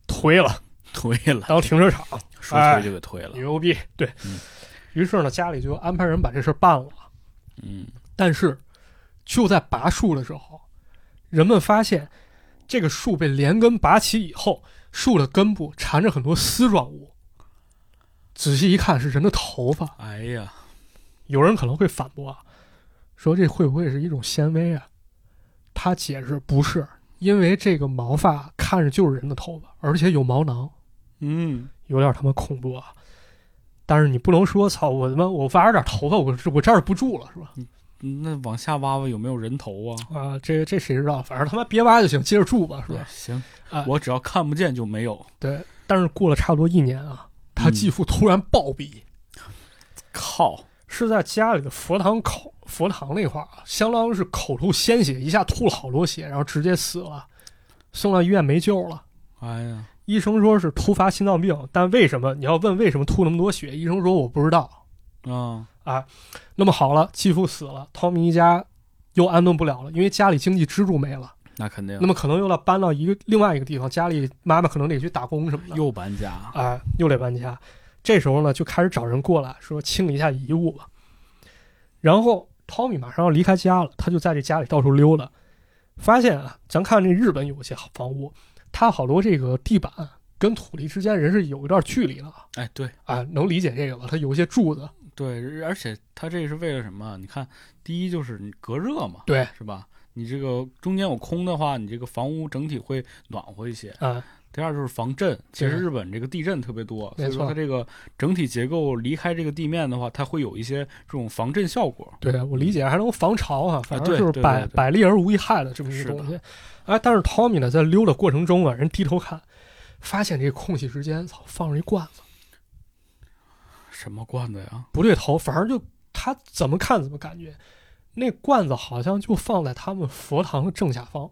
Speaker 1: 推了
Speaker 2: 推了，
Speaker 1: 当停车场，
Speaker 2: 说推就给推了。
Speaker 1: 牛逼。对
Speaker 2: 嗯
Speaker 1: 于是呢，家里就安排人把这事儿办了。
Speaker 2: 嗯，
Speaker 1: 但是就在拔树的时候，人们发现这个树被连根拔起以后，树的根部缠着很多丝状物。仔细一看是人的头发，
Speaker 2: 哎呀，
Speaker 1: 有人可能会反驳啊，说这会不会是一种纤维啊？他解释不是，因为这个毛发看着就是人的头发，而且有毛囊，
Speaker 2: 嗯，
Speaker 1: 有点他妈恐怖啊。但是你不能说操我他妈我挖着点头发，我我这儿不住了是吧？
Speaker 2: 嗯那往下挖挖有没有人头啊？
Speaker 1: 啊，这这谁知道？反正他妈别挖就行，接着住吧，是吧？
Speaker 2: 哎行
Speaker 1: 啊，
Speaker 2: 我只要看不见就没有。
Speaker 1: 对。但是过了差不多一年啊，他继父突然暴毙，
Speaker 2: 靠，
Speaker 1: 是在家里的佛堂口佛堂那块儿啊，相当于是口吐鲜血，一下吐了好多血，然后直接死了，送到医院没救了。
Speaker 2: 哎呀，
Speaker 1: 医生说是突发心脏病，但为什么？你要问为什么吐那么多血？医生说我不知道。
Speaker 2: 啊，
Speaker 1: 那么好了，继父死了，汤米一家又安顿不了了，因为家里经济支柱没了，
Speaker 2: 那肯定
Speaker 1: 那么可能又要搬到一个另外一个地方，家里妈妈可能得去打工什么的。
Speaker 2: 又搬家。
Speaker 1: 啊，又得搬家。这时候呢，就开始找人过来说清理一下遗物吧。然后 Tommy 马上要离开家了，他就在这家里到处溜达，发现啊，咱看这日本有些房屋，它好多这个地板跟土地之间人是有一段距离的啊
Speaker 2: 哎，对，
Speaker 1: 啊，能理解这个吧？它有一些柱子，
Speaker 2: 对，而且它这是为了什么？你看，第一就是你隔热嘛，
Speaker 1: 对
Speaker 2: 是吧？你这个中间有空的话，你这个房屋整体会暖和一些。
Speaker 1: 啊，
Speaker 2: 第二就是防震，其实
Speaker 1: 对
Speaker 2: 日本这个地震特别多，
Speaker 1: 没错
Speaker 2: 所以说它这个整体结构离开这个地面的话，它会有一些这种防震效果。
Speaker 1: 对我理解，还能防潮啊，反正
Speaker 2: 对
Speaker 1: 就是
Speaker 2: 对
Speaker 1: 百
Speaker 2: 对对
Speaker 1: 百利而无一害的这么一个
Speaker 2: 是的
Speaker 1: 东西。哎，但是 Tommy 呢，在溜达过程中啊，人低头看，发现这空隙之间，操，放着一罐子。
Speaker 2: 什么罐子呀？
Speaker 1: 不对头，反正就他怎么看怎么感觉，那罐子好像就放在他们佛堂的正下方，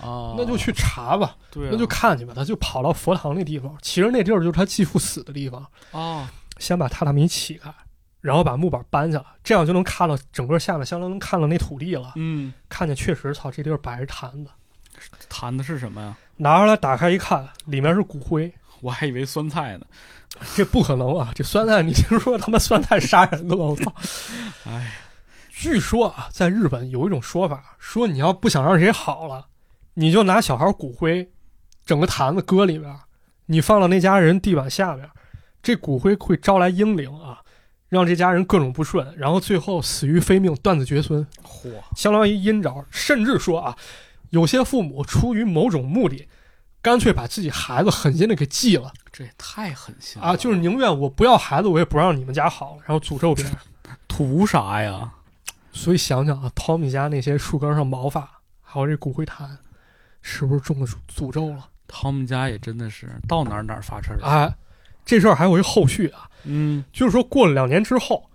Speaker 2: 啊，
Speaker 1: 那就去查吧，
Speaker 2: 对啊、
Speaker 1: 那就看去吧。他就跑到佛堂那地方，其实那地儿就是他继父死的地方，
Speaker 2: 啊，
Speaker 1: 先把榻榻米起开。然后把木板搬下来，这样就能看到整个下面，相当于能看到那土地了。
Speaker 2: 嗯，
Speaker 1: 看见确实，操，这地儿摆着坛子，
Speaker 2: 谈的是什么呀？
Speaker 1: 拿出来打开一看，里面是骨灰。
Speaker 2: 我还以为酸菜呢。
Speaker 1: 这不可能啊！这酸菜，你听说他妈酸菜杀人的吗？我操！
Speaker 2: 哎，
Speaker 1: 据说啊，在日本有一种说法，说你要不想让谁好了，你就拿小孩骨灰，整个坛子搁里边，你放到那家人地板下面，这骨灰会招来英灵啊，让这家人各种不顺，然后最后死于非命，断子绝孙，
Speaker 2: 嚯，
Speaker 1: 相当于阴招。甚至说啊，有些父母出于某种目的，干脆把自己孩子狠心的给祭了
Speaker 2: 这也太狠心了
Speaker 1: 啊，就是宁愿我不要孩子，我也不让你们家好了，然后诅咒别人。
Speaker 2: 图啥呀？
Speaker 1: 所以想想啊，Tommy 家那些树根上毛发，还有这骨灰坛，是不是中了诅诅咒了？
Speaker 2: 他们家也真的是到哪儿哪儿发事儿了。
Speaker 1: 哎，这事儿还有一后续啊，
Speaker 2: 嗯，
Speaker 1: 就是说过了两年之后，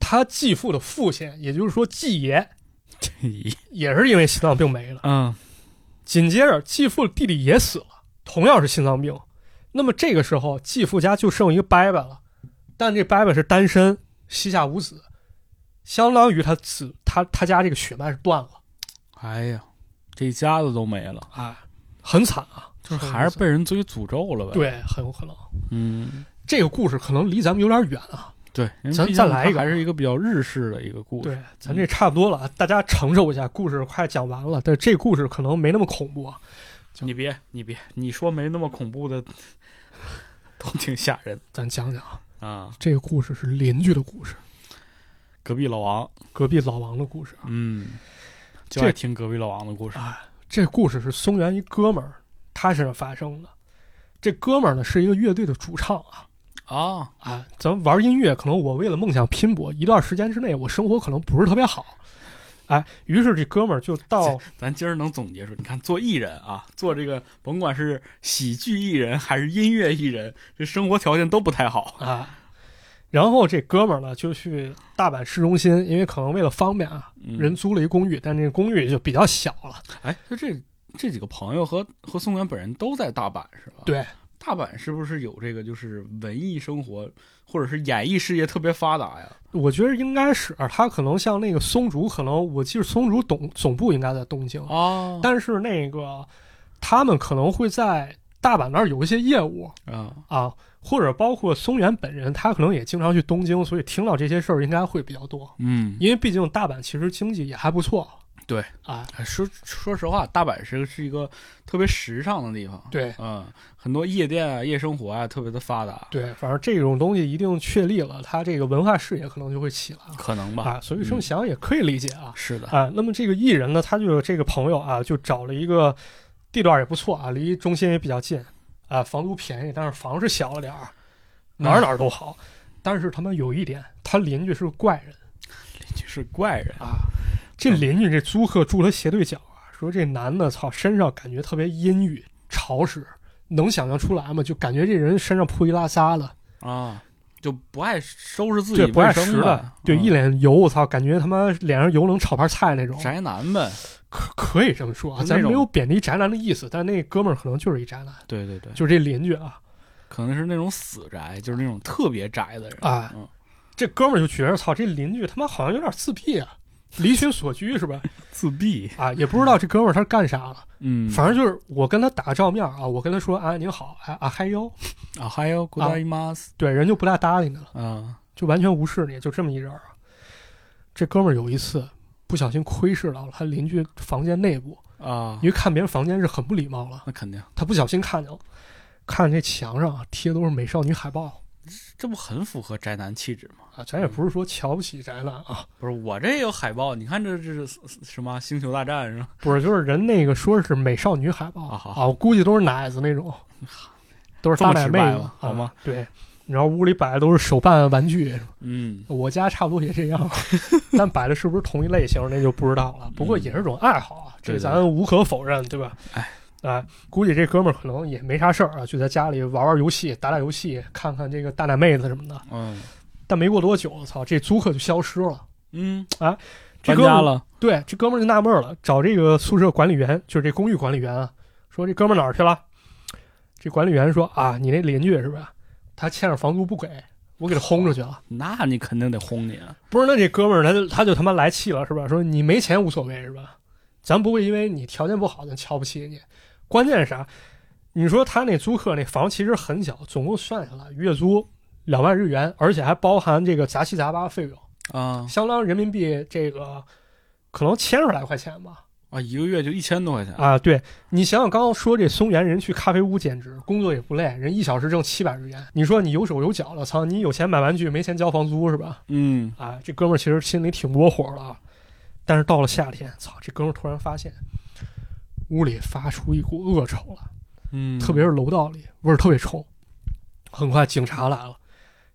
Speaker 1: 他继父的父亲，也就是说继爷， 也是因为心脏病没了。
Speaker 2: 嗯，
Speaker 1: 紧接着，继父的弟弟也死了，同样是心脏病。那么这个时候，继父家就剩一个伯伯了，但这伯伯是单身，膝下无子，相当于他子他他家这个血脉是断了，
Speaker 2: 哎呀，这一家子都没了，
Speaker 1: 哎，很惨啊，
Speaker 2: 就是还是被人自己诅咒了呗。，
Speaker 1: 对，很有可能。
Speaker 2: 嗯，
Speaker 1: 这个故事可能离咱们有点远啊。
Speaker 2: 对，因为
Speaker 1: 咱
Speaker 2: 毕竟
Speaker 1: 再来一个
Speaker 2: 它还是一个比较日式的一个故事。
Speaker 1: 对，咱这差不多了啊，大家承受一下，故事快讲完了。但这故事可能没那么恐怖啊。
Speaker 2: 你别，你别，你说没那么恐怖的， 都挺吓人
Speaker 1: 咱讲讲啊，
Speaker 2: 啊。
Speaker 1: 这个故事是邻居的故事，
Speaker 2: 隔壁老王，
Speaker 1: 隔壁老王的故事。啊
Speaker 2: 嗯，就
Speaker 1: 这
Speaker 2: 爱听隔壁老王的故事。
Speaker 1: 哎这故事是松原一哥们儿他身上发生的。这哥们儿呢是一个乐队的主唱啊
Speaker 2: 啊，
Speaker 1: 啊，咱玩音乐，可能我为了梦想拼搏，一段时间之内我生活可能不是特别好，哎，于是这哥们儿就到
Speaker 2: 咱今儿能总结出，你看做艺人啊，做这个甭管是喜剧艺人还是音乐艺人，这生活条件都不太好。
Speaker 1: 啊，然后这哥们儿呢就去大阪市中心，因为可能为了方便啊，
Speaker 2: 嗯
Speaker 1: 人租了一公寓，但这个公寓就比较小了。
Speaker 2: 哎，就这这几个朋友和和宋元本人都在大阪是吧？
Speaker 1: 对，
Speaker 2: 大阪是不是有这个就是文艺生活或者是演艺事业特别发达呀？
Speaker 1: 我觉得应该是他可能像那个松竹，可能我记得松竹总总部应该在东京，
Speaker 2: 哦
Speaker 1: 但是那个他们可能会在大阪那儿有一些业务
Speaker 2: 啊，
Speaker 1: 啊，或者包括松原本人，他可能也经常去东京，所以听到这些事儿应该会比较多。
Speaker 2: 嗯，
Speaker 1: 因为毕竟大阪其实经济也还不错，
Speaker 2: 对
Speaker 1: 啊，
Speaker 2: 哎说说实话，大阪是是一个特别时尚的地方。
Speaker 1: 对
Speaker 2: 嗯，很多夜店啊、夜生活啊，特别的发达，
Speaker 1: 对，反正这种东西一定确立了，它这个文化事业可能就会起来了
Speaker 2: 可能吧？
Speaker 1: 啊，所以这么
Speaker 2: 嗯
Speaker 1: 想也可以理解啊
Speaker 2: 是的，
Speaker 1: 啊。那么这个艺人呢，他就这个朋友啊，就找了一个地段也不错啊，离中心也比较近啊，房租便宜，但是房是小了点儿，哪
Speaker 2: 嗯
Speaker 1: 儿哪儿都好。但是他们有一点，他邻居是个怪人。
Speaker 2: 就是怪人
Speaker 1: 啊，这
Speaker 2: 嗯
Speaker 1: 邻居这租客住他斜对角啊，说这男的操身上感觉特别阴郁潮湿，能想象出来吗？就感觉这人身上破衣拉撒的，
Speaker 2: 啊，就不爱收拾自己
Speaker 1: 对，不爱
Speaker 2: 卫生
Speaker 1: 拾
Speaker 2: 了
Speaker 1: 的，，对，
Speaker 2: 嗯
Speaker 1: 一脸油，我操，感觉他妈脸上油能炒盘菜那种，
Speaker 2: 宅男呗。
Speaker 1: 可可以这么说啊，
Speaker 2: 就那
Speaker 1: 咱
Speaker 2: 种
Speaker 1: 没有贬低宅男的意思，但那哥们儿可能就是一宅男，
Speaker 2: 对对对，
Speaker 1: 就是这邻居啊，
Speaker 2: 可能是那种死宅，就是那种特别宅的人。
Speaker 1: 啊，
Speaker 2: 嗯
Speaker 1: 这哥们儿就觉得操，这邻居他妈好像有点自闭啊。离群所居是吧？
Speaker 2: 自闭，
Speaker 1: 啊，也不知道这哥们儿他是干啥了，
Speaker 2: 嗯，
Speaker 1: 反正就是我跟他打个照面啊，我跟他说啊您好，啊啊嗨哟，
Speaker 2: 啊，还有 good
Speaker 1: 啊
Speaker 2: i m a s
Speaker 1: 对，人就不大搭理你了，
Speaker 2: 啊，
Speaker 1: 就完全无视你，就这么一人儿啊。这哥们儿有一次不小心窥视到了他邻居房间内部，
Speaker 2: 啊
Speaker 1: 因，为看别人房间是很不礼貌了，
Speaker 2: 那肯定，
Speaker 1: 他不小心看见了，看这墙上啊贴的都是美少女海报
Speaker 2: 这不很符合宅男气质吗？
Speaker 1: 啊，咱也不是说瞧不起宅男啊，
Speaker 2: 不是，我这也有海报，你看这这是什么《星球大战》是吧？
Speaker 1: 不是，就是人那个说是美少女海报
Speaker 2: 啊好
Speaker 1: 啊，我估计都是奶子那种，都是大奶妹
Speaker 2: 这么直白
Speaker 1: 子
Speaker 2: 吗，好吗
Speaker 1: 啊？对。然后屋里摆的都是手办玩具，
Speaker 2: 嗯，
Speaker 1: 我家差不多也这 样，但摆的是不是同一类型，那就不知道了。不过也是种爱好啊，这
Speaker 2: 嗯对对
Speaker 1: 咱无可否认，对吧？
Speaker 2: 哎，
Speaker 1: 啊，估计这哥们儿可能也没啥事儿啊，就在家里玩玩游戏、打打游戏、看看这个大奶妹子什么的。
Speaker 2: 嗯
Speaker 1: 但没过多久，我操，这租客就消失了。
Speaker 2: 嗯，
Speaker 1: 这
Speaker 2: 搬
Speaker 1: 哥们
Speaker 2: 家
Speaker 1: 儿
Speaker 2: 了，
Speaker 1: 对这哥们儿就纳闷了，找这个宿舍管理员，就是这公寓管理员啊，说这哥们儿哪儿去了？这管理员说啊，你那邻居是吧？他欠着房租不给，我给他轰出去了。
Speaker 2: 那你肯定得轰你啊！
Speaker 1: 不是，那这哥们儿他就他就他妈来气了是吧？说你没钱无所谓是吧？咱不会因为你条件不好咱瞧不起你。关键是啥？你说他那租客那房其实很小，总共算下来月租两万日元，而且还包含这个杂七杂八费用，
Speaker 2: 啊
Speaker 1: 相当于人民币这个可能千十来块钱吧。
Speaker 2: 啊，一个月就一千多块钱，
Speaker 1: 啊，对你想想，刚刚说这松原人去咖啡屋兼职，工作也不累，人一小时挣七百日元。你说你有手有脚的，操，你有钱买玩具，没钱交房租是吧？
Speaker 2: 嗯，
Speaker 1: 啊，这哥们儿其实心里挺窝火的啊，但是到了夏天，操，这哥们儿突然发现屋里发出一股恶臭来，
Speaker 2: 嗯，
Speaker 1: 特别是楼道里味儿特别冲。很快警察来了，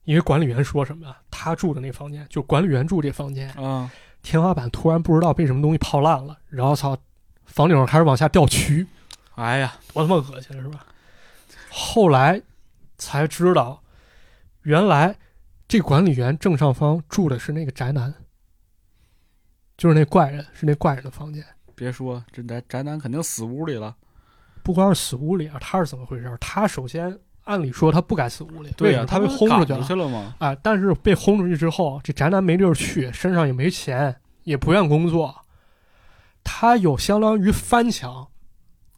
Speaker 1: 因为管理员说什么呀？他住的那房间，就管理员住这房间，
Speaker 2: 啊，
Speaker 1: 天花板突然不知道被什么东西泡烂了，然后操，房顶上开始往下掉蛆，
Speaker 2: 哎呀，
Speaker 1: 多他妈恶心是吧？后来才知道，原来这管理员正上方住的是那个宅男，就是那怪人，是那怪人的房间。
Speaker 2: 别说这宅宅男肯定死屋里了，
Speaker 1: 不光是死屋里啊，他是怎么回事？他首先按理说他不该死屋里，
Speaker 2: 对
Speaker 1: 为什
Speaker 2: 呀、
Speaker 1: 么
Speaker 2: 他
Speaker 1: 他被
Speaker 2: 不是
Speaker 1: 轰出
Speaker 2: 赶
Speaker 1: 去
Speaker 2: 出
Speaker 1: 了
Speaker 2: 去了吗？
Speaker 1: 啊！但是被轰出去之后，这宅男没地儿去，身上也没钱，也不愿工作，他有相当于翻墙，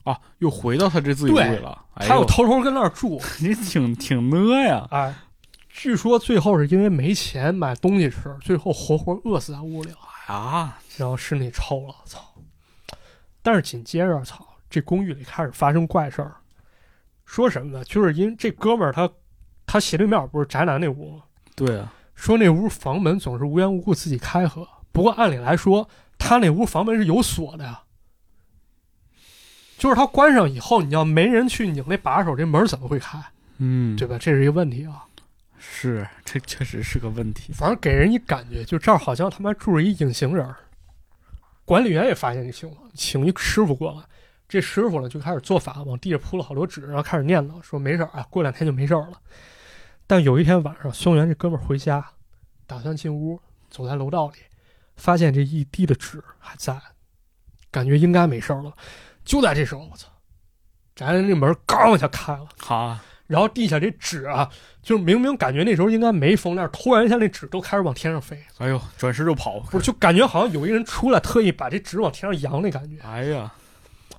Speaker 2: 啊，又回到他这自己屋里了，哎
Speaker 1: 他
Speaker 2: 呦
Speaker 1: 又偷偷跟那儿住。
Speaker 2: 你 挺挺呢呀，
Speaker 1: 哎，据说最后是因为没钱买东西吃，最后活活饿死在屋里了，
Speaker 2: 啊，
Speaker 1: 然后身体臭了，操！但是紧接着，操，这公寓里开始发生怪事儿。说什么呢？就是因为这哥们儿他，他斜对面不是宅男那屋吗？
Speaker 2: 对啊，
Speaker 1: 说那屋房门总是无缘无故自己开合。不过按理来说，他那屋房门是有锁的呀，就是他关上以后，你要没人去拧那把手，这门儿怎么会开？
Speaker 2: 嗯，
Speaker 1: 对吧？这是一个问题啊。
Speaker 2: 是，这确实是个问题。
Speaker 1: 反正给人一感觉，就这儿好像他妈住着一隐形人儿，管理员也发现这情况，请一师傅过来。这师傅呢就开始做法，往地下铺了好多纸，然后开始念叨说没事儿啊，过两天就没事儿了。但有一天晚上，松原这哥们儿回家，打算进屋，走在楼道里，发现这一地的纸还在，感觉应该没事儿了。就在这时候，我操！宅人这门刚一下开了，
Speaker 2: 好，啊
Speaker 1: 然后地下这纸啊，就是明明感觉那时候应该没风，但是突然一下那纸都开始往天上 飞，
Speaker 2: 哎呦，转身就跑，
Speaker 1: 不是就感觉好像有一人出来特意把这纸往天上扬那感觉。
Speaker 2: 哎呀，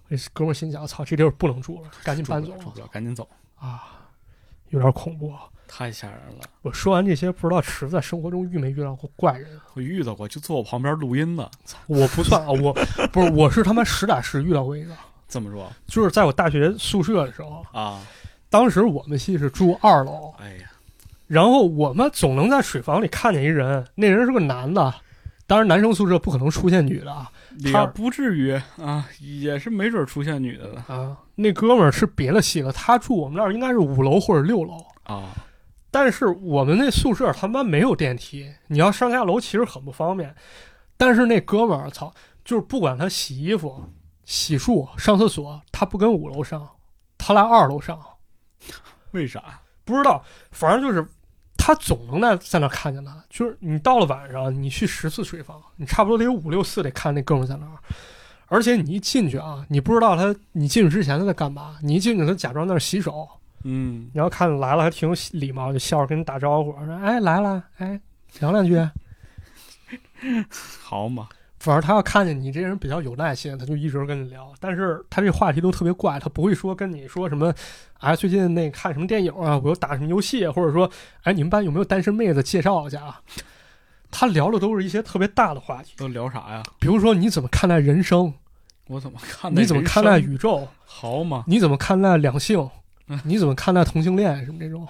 Speaker 1: 这哥们儿心想：操，这地儿不能住 了，赶紧
Speaker 2: 住不
Speaker 1: 搬走
Speaker 2: 了，住
Speaker 1: 吧
Speaker 2: 不了，赶紧走，
Speaker 1: 啊！有点恐怖。啊！
Speaker 2: 太吓人了。
Speaker 1: 我说完这些，不知道池子在生活中遇没遇到过怪人啊？
Speaker 2: 我遇到过，就坐我旁边录音的，
Speaker 1: 我不算啊，我不是，我是他妈实打实遇到过一个，
Speaker 2: 这么说
Speaker 1: 就是在我大学宿舍的时候，
Speaker 2: 啊？
Speaker 1: 当时我们系是住二楼，
Speaker 2: 哎呀，
Speaker 1: 然后我们总能在水房里看见一人，那人是个男的。当然，男生宿舍不可能出现女的啊
Speaker 2: 也不至于啊，也是没准出现女的的
Speaker 1: 啊！那哥们儿是别的系了，他住我们那儿应该是五楼或者六楼，
Speaker 2: 啊。
Speaker 1: 但是我们那宿舍他妈没有电梯，你要上下楼其实很不方便。但是那哥们儿，操，就是不管他洗衣服、洗漱、上厕所，他不跟五楼上，他来二楼上，
Speaker 2: 为啥？
Speaker 1: 不知道，反正就是他总能在在那儿看见他。就是你到了晚上，你去十次水房，你差不多得有五六次得看那哥们儿在那儿。而且你一进去啊，你不知道他，你进去之前他在干嘛？你一进去，他假装在那儿洗手，
Speaker 2: 嗯，
Speaker 1: 你要看来了还挺有礼貌，就笑着跟你打招呼，说：“哎，来了，哎，聊两句。
Speaker 2: 好嘛，”
Speaker 1: 反正他要看见你这人比较有耐心，他就一直跟你聊。但是他这话题都特别怪，他不会说跟你说什么，哎，最近那看什么电影啊，我又打什么游戏，或者说，哎，你们班有没有单身妹子介绍一下啊？他聊的都是一些特别大的话题，
Speaker 2: 都聊啥呀？
Speaker 1: 比如说你怎么看待人生，
Speaker 2: 我怎么看待？
Speaker 1: 你怎么看待？宇宙，
Speaker 2: 好嘛，
Speaker 1: 你怎么看待两性，你怎么看待同性恋什么这种。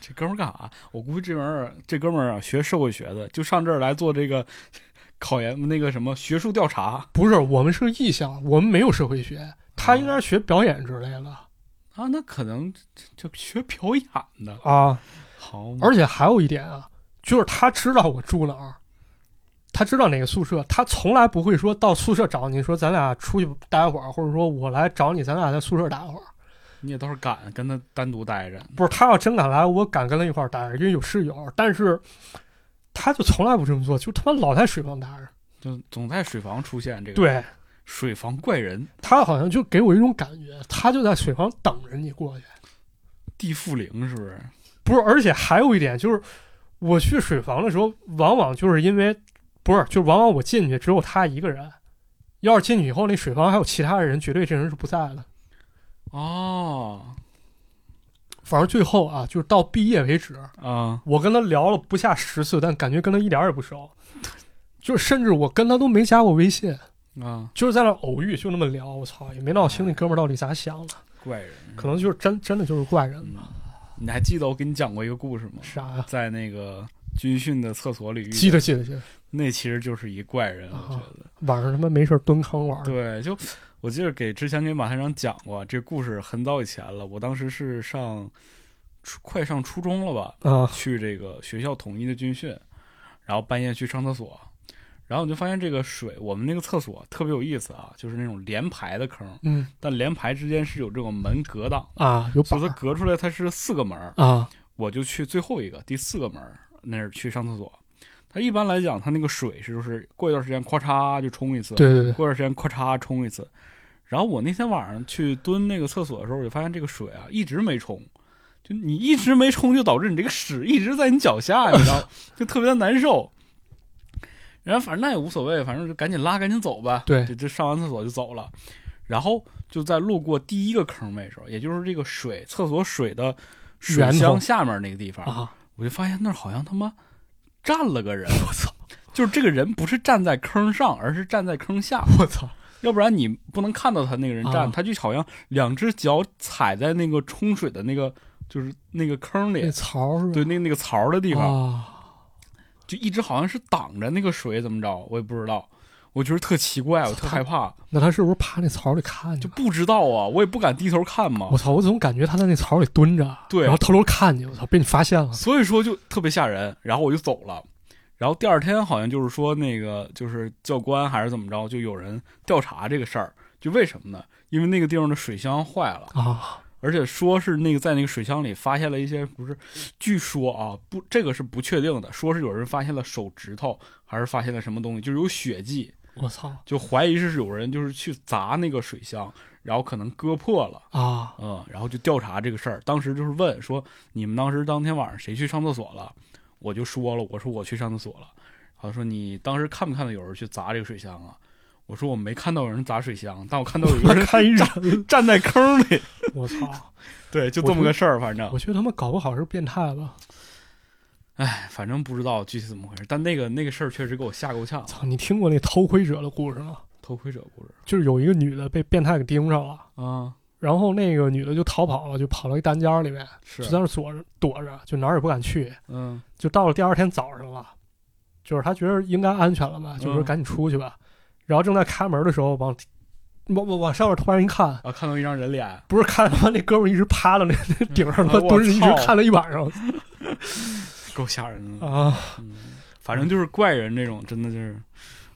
Speaker 2: 这哥们儿干啥？我估计这玩意儿，这哥们儿啊，学社会学的，就上这儿来做这个 考研那个什么学术调查
Speaker 1: 不是，我们是意向，我们没有社会学，他应该是学表演之类的
Speaker 2: 啊，那可能就就学表演的。
Speaker 1: 啊。
Speaker 2: 好嘛，
Speaker 1: 而且还有一点啊，就是他知道我住哪儿，他知道哪个宿舍，他从来不会说到宿舍找你说咱俩出去待会儿，或者说我来找你，咱俩在宿舍待会儿。
Speaker 2: 你也倒是敢跟他单独待着，
Speaker 1: 不是，他要真敢来，我敢跟他一块儿待着，因为有室友。但是他就从来不这么做，就他妈老在水房待着。
Speaker 2: 就总在水房出现这个
Speaker 1: 对
Speaker 2: 水房怪人
Speaker 1: 他好像就给我一种感觉，他就在水房等着你过去。
Speaker 2: 地缚灵，是不是？
Speaker 1: 不是，而且还有一点就是，我去水房的时候，往往就是因为不是，就是往往我进去只有他一个人。要是进去以后，那水房还有其他的人，绝对这人是不在的。
Speaker 2: 哦，
Speaker 1: 反正最后啊，就是到毕业为止，
Speaker 2: 啊，
Speaker 1: 我跟他聊了不下十次，但感觉跟他一点儿也不熟，就甚至我跟他都没加过微信，
Speaker 2: 啊，
Speaker 1: 就是在那儿偶遇就那么聊。我操，也没闹清那哥们儿到底咋想的，
Speaker 2: 怪人，嗯
Speaker 1: 可能就是真真的就是怪人吧。
Speaker 2: 你还记得我给你讲过一个故事吗？
Speaker 1: 啥呀？
Speaker 2: 在那个军训的厕所里遇
Speaker 1: 记
Speaker 2: 见，
Speaker 1: 得记得记得，
Speaker 2: 那其实就是一怪人，我
Speaker 1: 啊
Speaker 2: 觉得。
Speaker 1: 晚上他妈没事儿蹲坑玩儿。
Speaker 2: 对，就我记得给之前给马探长讲过这故事，很早以前了。我当时是上初快上初中了吧，
Speaker 1: 啊
Speaker 2: 去这个学校统一的军训，然后半夜去上厕所，然后我就发现这个水，我们那个厕所特别有意思啊，就是那种连排的坑，
Speaker 1: 嗯
Speaker 2: 但连排之间是有这种门隔挡，
Speaker 1: 啊，有
Speaker 2: 所
Speaker 1: 板
Speaker 2: 以它
Speaker 1: 儿
Speaker 2: 隔出来它是四个门儿，
Speaker 1: 啊
Speaker 2: 我就去最后一个第四个门儿那儿去上厕所。它一般来讲，它那个水是就是过一段时间咔嚓就冲一次，
Speaker 1: 对对对，
Speaker 2: 过段时间咔嚓冲一次。然后我那天晚上去蹲那个厕所的时候，我就发现这个水啊一直没冲，就你一直没冲，就导致你这个屎一直在你脚下，你 知道吗，就特别的难受。然后反正那也无所谓，反正就赶紧拉，赶紧走吧。
Speaker 1: 对
Speaker 2: 就就上完厕所就走了。然后就在路过第一个坑位的时候，也就是这个水厕所水的水
Speaker 1: 源头
Speaker 2: 箱下面那个地方，
Speaker 1: 啊，
Speaker 2: 我就发现那儿好像他妈站了个人，我操！就是这个人不是站在坑上，而是站在坑下，
Speaker 1: 我操！
Speaker 2: 要不然你不能看到他那个人站，
Speaker 1: 啊
Speaker 2: 他就好像两只脚踩在那个冲水的那个就是那个坑里
Speaker 1: 那，槽是吧？
Speaker 2: 对，那那个槽的地方，
Speaker 1: 啊，
Speaker 2: 就一直好像是挡着那个水，怎么着，我也不知道。我觉得特奇怪，我 特害怕，
Speaker 1: 那他是不是趴那槽里看
Speaker 2: 就
Speaker 1: 去？
Speaker 2: 不知道啊，我也不敢低头看嘛
Speaker 1: 我。操！我总感觉他在那槽里蹲着，
Speaker 2: 对
Speaker 1: 然后偷偷看你，我操，被你发现了
Speaker 2: 所以说就特别吓人。然后我就走了，然后第二天好像就是说那个就是教官还是怎么着，就有人调查这个事儿，就为什么呢？因为那个地方的水箱坏了，
Speaker 1: 啊，
Speaker 2: 而且说是那个在那个水箱里发现了一些，不是，据说啊，不，这个是不确定的，说是有人发现了手指头，还是发现了什么东西，就是有血迹，
Speaker 1: 我操
Speaker 2: 就怀疑是有人就是去砸那个水箱，然后可能割破了，
Speaker 1: 啊！
Speaker 2: 嗯，然后就调查这个事儿。当时就是问说，你们当时当天晚上谁去上厕所了？我就说了，我说我去上厕所了。他说你当时看没看到有人去砸这个水箱啊？我说我没看到有人砸水箱，但我看到有一个人
Speaker 1: 看人，
Speaker 2: 站在坑里。
Speaker 1: 我 操！
Speaker 2: 对，就这么个事儿，反正
Speaker 1: 我觉得他们搞不好是变态吧？
Speaker 2: 哎，反正不知道具体怎么回事，但那个那个事儿确实给我吓够呛。
Speaker 1: 操！你听过那偷窥者的故事吗？
Speaker 2: 偷窥者故事
Speaker 1: 就是有一个女的被变态给盯上了，
Speaker 2: 啊，
Speaker 1: 然后那个女的就逃跑了，就跑到一单间儿里面，就是在那儿躲着躲着，就哪儿也不敢去。
Speaker 2: 嗯
Speaker 1: 就到了第二天早上了，就是他觉得应该安全了吧，就是说
Speaker 2: 嗯
Speaker 1: 赶紧出去吧。然后正在开门的时候，往往往往上面突然一看，
Speaker 2: 啊，看到一张人脸，
Speaker 1: 不是看他妈那哥们儿一直趴到那 那顶上，
Speaker 2: 嗯
Speaker 1: 他妈
Speaker 2: 哎我
Speaker 1: 蹲着一直
Speaker 2: 操
Speaker 1: 看了一晚上
Speaker 2: 够吓人的。
Speaker 1: 啊！
Speaker 2: 嗯，反正就是怪人这种，真的就是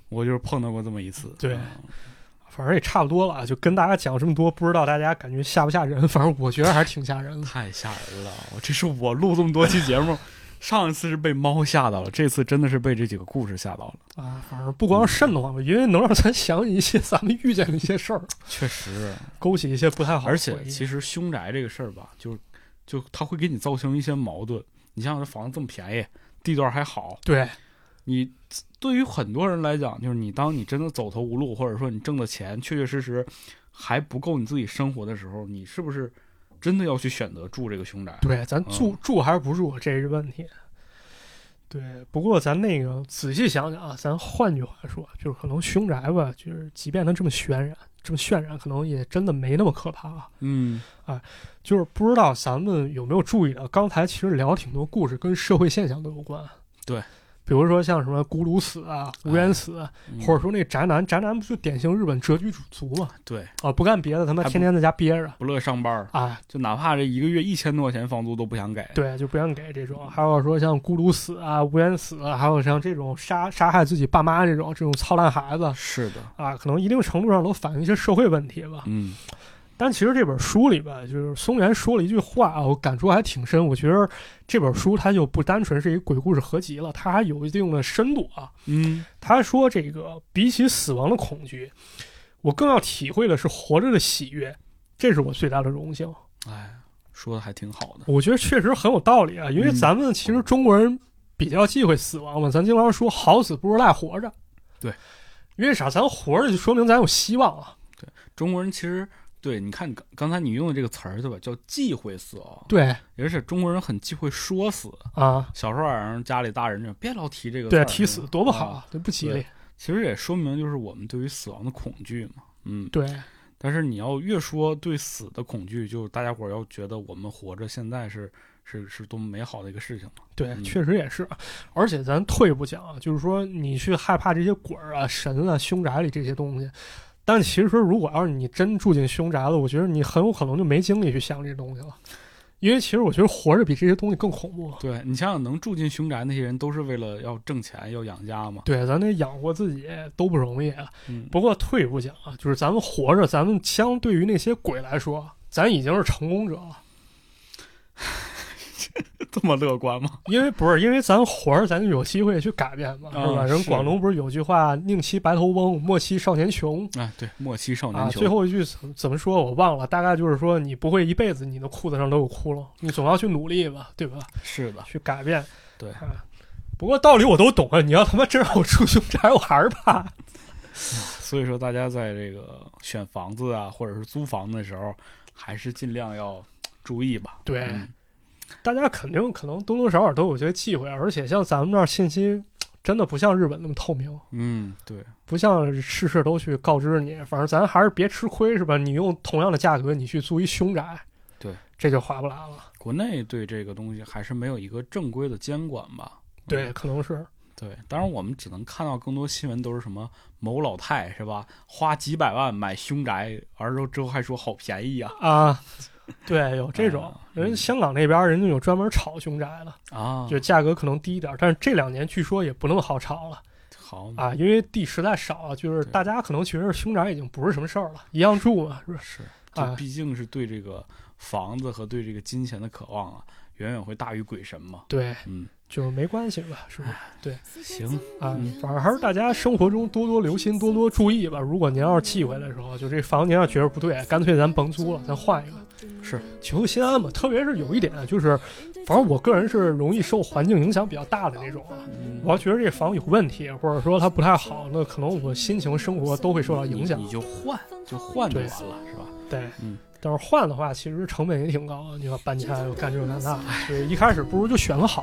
Speaker 2: 我就是碰到过这么一次。
Speaker 1: 对
Speaker 2: 嗯
Speaker 1: 反正也差不多了，就跟大家讲这么多，不知道大家感觉吓不吓人？ 反正我觉得还是挺吓人的。
Speaker 2: 太吓人了！我这是我录这么多期节目，上一次是被猫吓到了，这次真的是被这几个故事吓到了。
Speaker 1: 啊，反正不光是瘆得慌吧，因为能让咱想起一些咱们遇见的一些事儿，
Speaker 2: 确实，
Speaker 1: 勾起一些不太好的回忆。
Speaker 2: 而且其实凶宅这个事儿吧，就是就它会给你造成一些矛盾。你像这房子这么便宜，地段还好，
Speaker 1: 对
Speaker 2: 你对于很多人来讲，就是你当你真的走投无路，或者说你挣的钱确确实实还不够你自己生活的时候，你是不是真的要去选择住这个凶宅？
Speaker 1: 对，咱住、住还是不住，这是问题。对，不过咱那个仔细想想啊，咱换句话说，就是可能凶宅吧，就是即便它这么渲染，这么渲染，可能也真的没那么可怕啊。
Speaker 2: 嗯，
Speaker 1: 就是不知道咱们有没有注意到，刚才其实聊挺多故事跟社会现象都有关。
Speaker 2: 对，
Speaker 1: 比如说像什么咕噜死啊、无缘死，
Speaker 2: 嗯
Speaker 1: 或者说那宅男，宅男不就典型日本蛰居族嘛？
Speaker 2: 对，
Speaker 1: 啊，不干别的，他妈
Speaker 2: 还不
Speaker 1: 天天在家憋着。
Speaker 2: 不乐上班儿，
Speaker 1: 啊，
Speaker 2: 就哪怕这一个月一千多块钱房租都不想给。
Speaker 1: 对，就不想给这种，还有说像咕噜死啊、无缘死啊，还有像这种杀杀害自己爸妈这种这种操蛋孩子
Speaker 2: 是的，
Speaker 1: 啊，可能一定程度上都反映一些社会问题吧。
Speaker 2: 嗯，
Speaker 1: 但其实这本书里吧，就是松原说了一句话啊，我感触还挺深。我觉得这本书它就不单纯是一个鬼故事合集了，它还有一定的深度啊。
Speaker 2: 嗯，
Speaker 1: 他说这个比起死亡的恐惧，我更要体会的是活着的喜悦，这是我最大的荣幸。
Speaker 2: 哎，说的还挺好的。
Speaker 1: 我觉得确实很有道理啊，因为
Speaker 2: 嗯
Speaker 1: 咱们其实中国人比较忌讳死亡嘛，咱经常说好死不如赖活着。
Speaker 2: 对，
Speaker 1: 因为啥？咱活着就说明咱有希望啊。
Speaker 2: 中国人其实对，你看刚刚才你用的这个词儿对吧，叫忌讳死亡，
Speaker 1: 对
Speaker 2: 而且中国人很忌讳说死。
Speaker 1: 啊，
Speaker 2: 小时候晚上家里大人就别老提这个，
Speaker 1: 对，提死多不好
Speaker 2: 啊。
Speaker 1: 啊，对不吉利。
Speaker 2: 其实也说明就是我们对于死亡的恐惧嘛，嗯。
Speaker 1: 对。
Speaker 2: 但是你要越说对死的恐惧，就大家伙儿要觉得我们活着现在是是是多么美好的一个事情嘛。
Speaker 1: 对，
Speaker 2: 嗯
Speaker 1: 确实也是。而且咱退一步讲啊，就是说你去害怕这些鬼儿啊、神啊、凶宅里这些东西，但其实如果要是你真住进凶宅了，我觉得你很有可能就没精力去想这些东西了，因为其实我觉得活着比这些东西更恐怖。啊
Speaker 2: 对你想想，能住进凶宅那些人，都是为了要挣钱，要养家嘛。
Speaker 1: 对，咱得养活自己都不容易。啊
Speaker 2: 嗯，
Speaker 1: 不过退一步讲啊，就是咱们活着，咱们相对于那些鬼来说，啊咱已经是成功者了。
Speaker 2: 这么乐观吗？
Speaker 1: 因为不是因为咱活着，咱就有机会去改变嘛，是吧？
Speaker 2: 啊
Speaker 1: 人
Speaker 2: 是
Speaker 1: 广东不是有句话“宁欺白头翁，莫欺少年穷”，
Speaker 2: 啊，对，莫欺少
Speaker 1: 啊，
Speaker 2: 年穷。
Speaker 1: 最后一句怎么怎么说我忘了，大概就是说你不会一辈子你的裤子上都有窟窿，你总要去努力吧，对吧？
Speaker 2: 是的，
Speaker 1: 去改变。
Speaker 2: 对
Speaker 1: 啊不过道理我都懂啊，你要他妈真让我住凶宅，我还是怕。
Speaker 2: 所以说大家在这个选房子啊，或者是租房子的时候，还是尽量要注意吧。
Speaker 1: 对
Speaker 2: 嗯
Speaker 1: 大家肯定可能多多少少都有些忌讳，而且像咱们这儿信息真的不像日本那么透明，
Speaker 2: 嗯，对，
Speaker 1: 不像事事都去告知你，反正咱还是别吃亏是吧？你用同样的价格，你去租一凶宅，
Speaker 2: 对，
Speaker 1: 这就划不来了。
Speaker 2: 国内对这个东西还是没有一个正规的监管吧。
Speaker 1: 对，可能是
Speaker 2: 对，当然我们只能看到更多新闻都是什么某老太是吧，花几百万买凶宅，而之后还说好便宜啊，
Speaker 1: 啊， 对，有这种
Speaker 2: 啊，
Speaker 1: 人
Speaker 2: 嗯
Speaker 1: 家香港那边儿人家有专门炒凶宅的，
Speaker 2: 啊，
Speaker 1: 就价格可能低一点儿，但是这两年据说也不那么好炒了
Speaker 2: 好嘛
Speaker 1: 啊，因为地实在少啊，就是
Speaker 2: 嗯对
Speaker 1: 大家可能觉得凶宅已经不是什么事儿了，一样住嘛，是不是？
Speaker 2: 是，
Speaker 1: 啊
Speaker 2: 这毕竟是对这个房子和对这个金钱的渴望啊，远远会大于鬼神嘛。
Speaker 1: 对，
Speaker 2: 嗯，
Speaker 1: 就没关系了，是不是？
Speaker 2: 行，嗯
Speaker 1: 啊，反正还是大家生活中多多留心，多多注意吧。如果您要是忌讳的时候，就这房您要觉得不对，干脆咱甭租了，咱换一个，
Speaker 2: 是
Speaker 1: 求心安嘛。特别是有一点就是，反正我个人是容易受环境影响比较大的那种啊。
Speaker 2: 嗯
Speaker 1: 我要觉得这房有问题，或者说它不太好，那可能我心情、生活都会受到影响
Speaker 2: 你。你就换，就换就
Speaker 1: 对
Speaker 2: 完了，是吧？
Speaker 1: 对，
Speaker 2: 嗯
Speaker 1: 但是换的话，其实成本也挺高的，你要搬家又干这干
Speaker 2: 嗯
Speaker 1: 那，所以一开始不如就选个好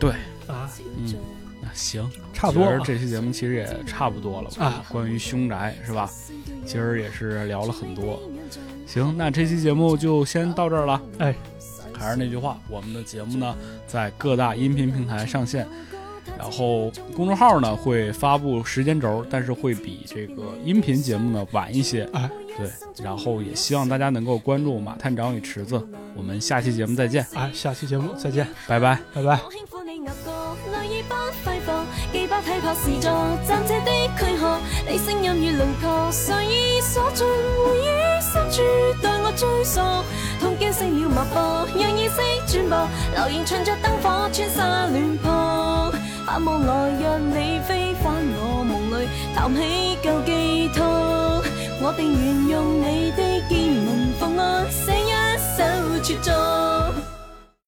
Speaker 2: 对，
Speaker 1: 的啊，
Speaker 2: 嗯，那行，
Speaker 1: 差不多
Speaker 2: 觉
Speaker 1: 了
Speaker 2: 得这期节目其实也差不多了吧？
Speaker 1: 啊
Speaker 2: 关于凶宅是吧？今儿也是聊了很多。
Speaker 3: 行，
Speaker 2: 行，那这期节目就先到这儿了。
Speaker 1: 哎，
Speaker 2: 还是那句话，我们的节目呢在各大音频平台上线，然后公众号呢会发布时间轴，但是会比这个音频节目呢晚一些。
Speaker 1: 哎，
Speaker 2: 对，然后也希望大家能够关注马探长与池子，我们下期节目再见，
Speaker 1: 哎，下期节目再见，
Speaker 2: 拜拜。
Speaker 1: 拜拜。
Speaker 3: 我輕撫你額角，淚已不揮霍，既不體魄是座，暫且的軀殼。你聲音越輪廓，誰已所盡，回於深處對我追索。痛驚熄了脈搏，讓意識轉薄，流螢循着燈火穿沙亂撲。盼望來讓你飛返我夢裏，談起舊寄託。我定願用你的見聞奉安，寫一首絕作。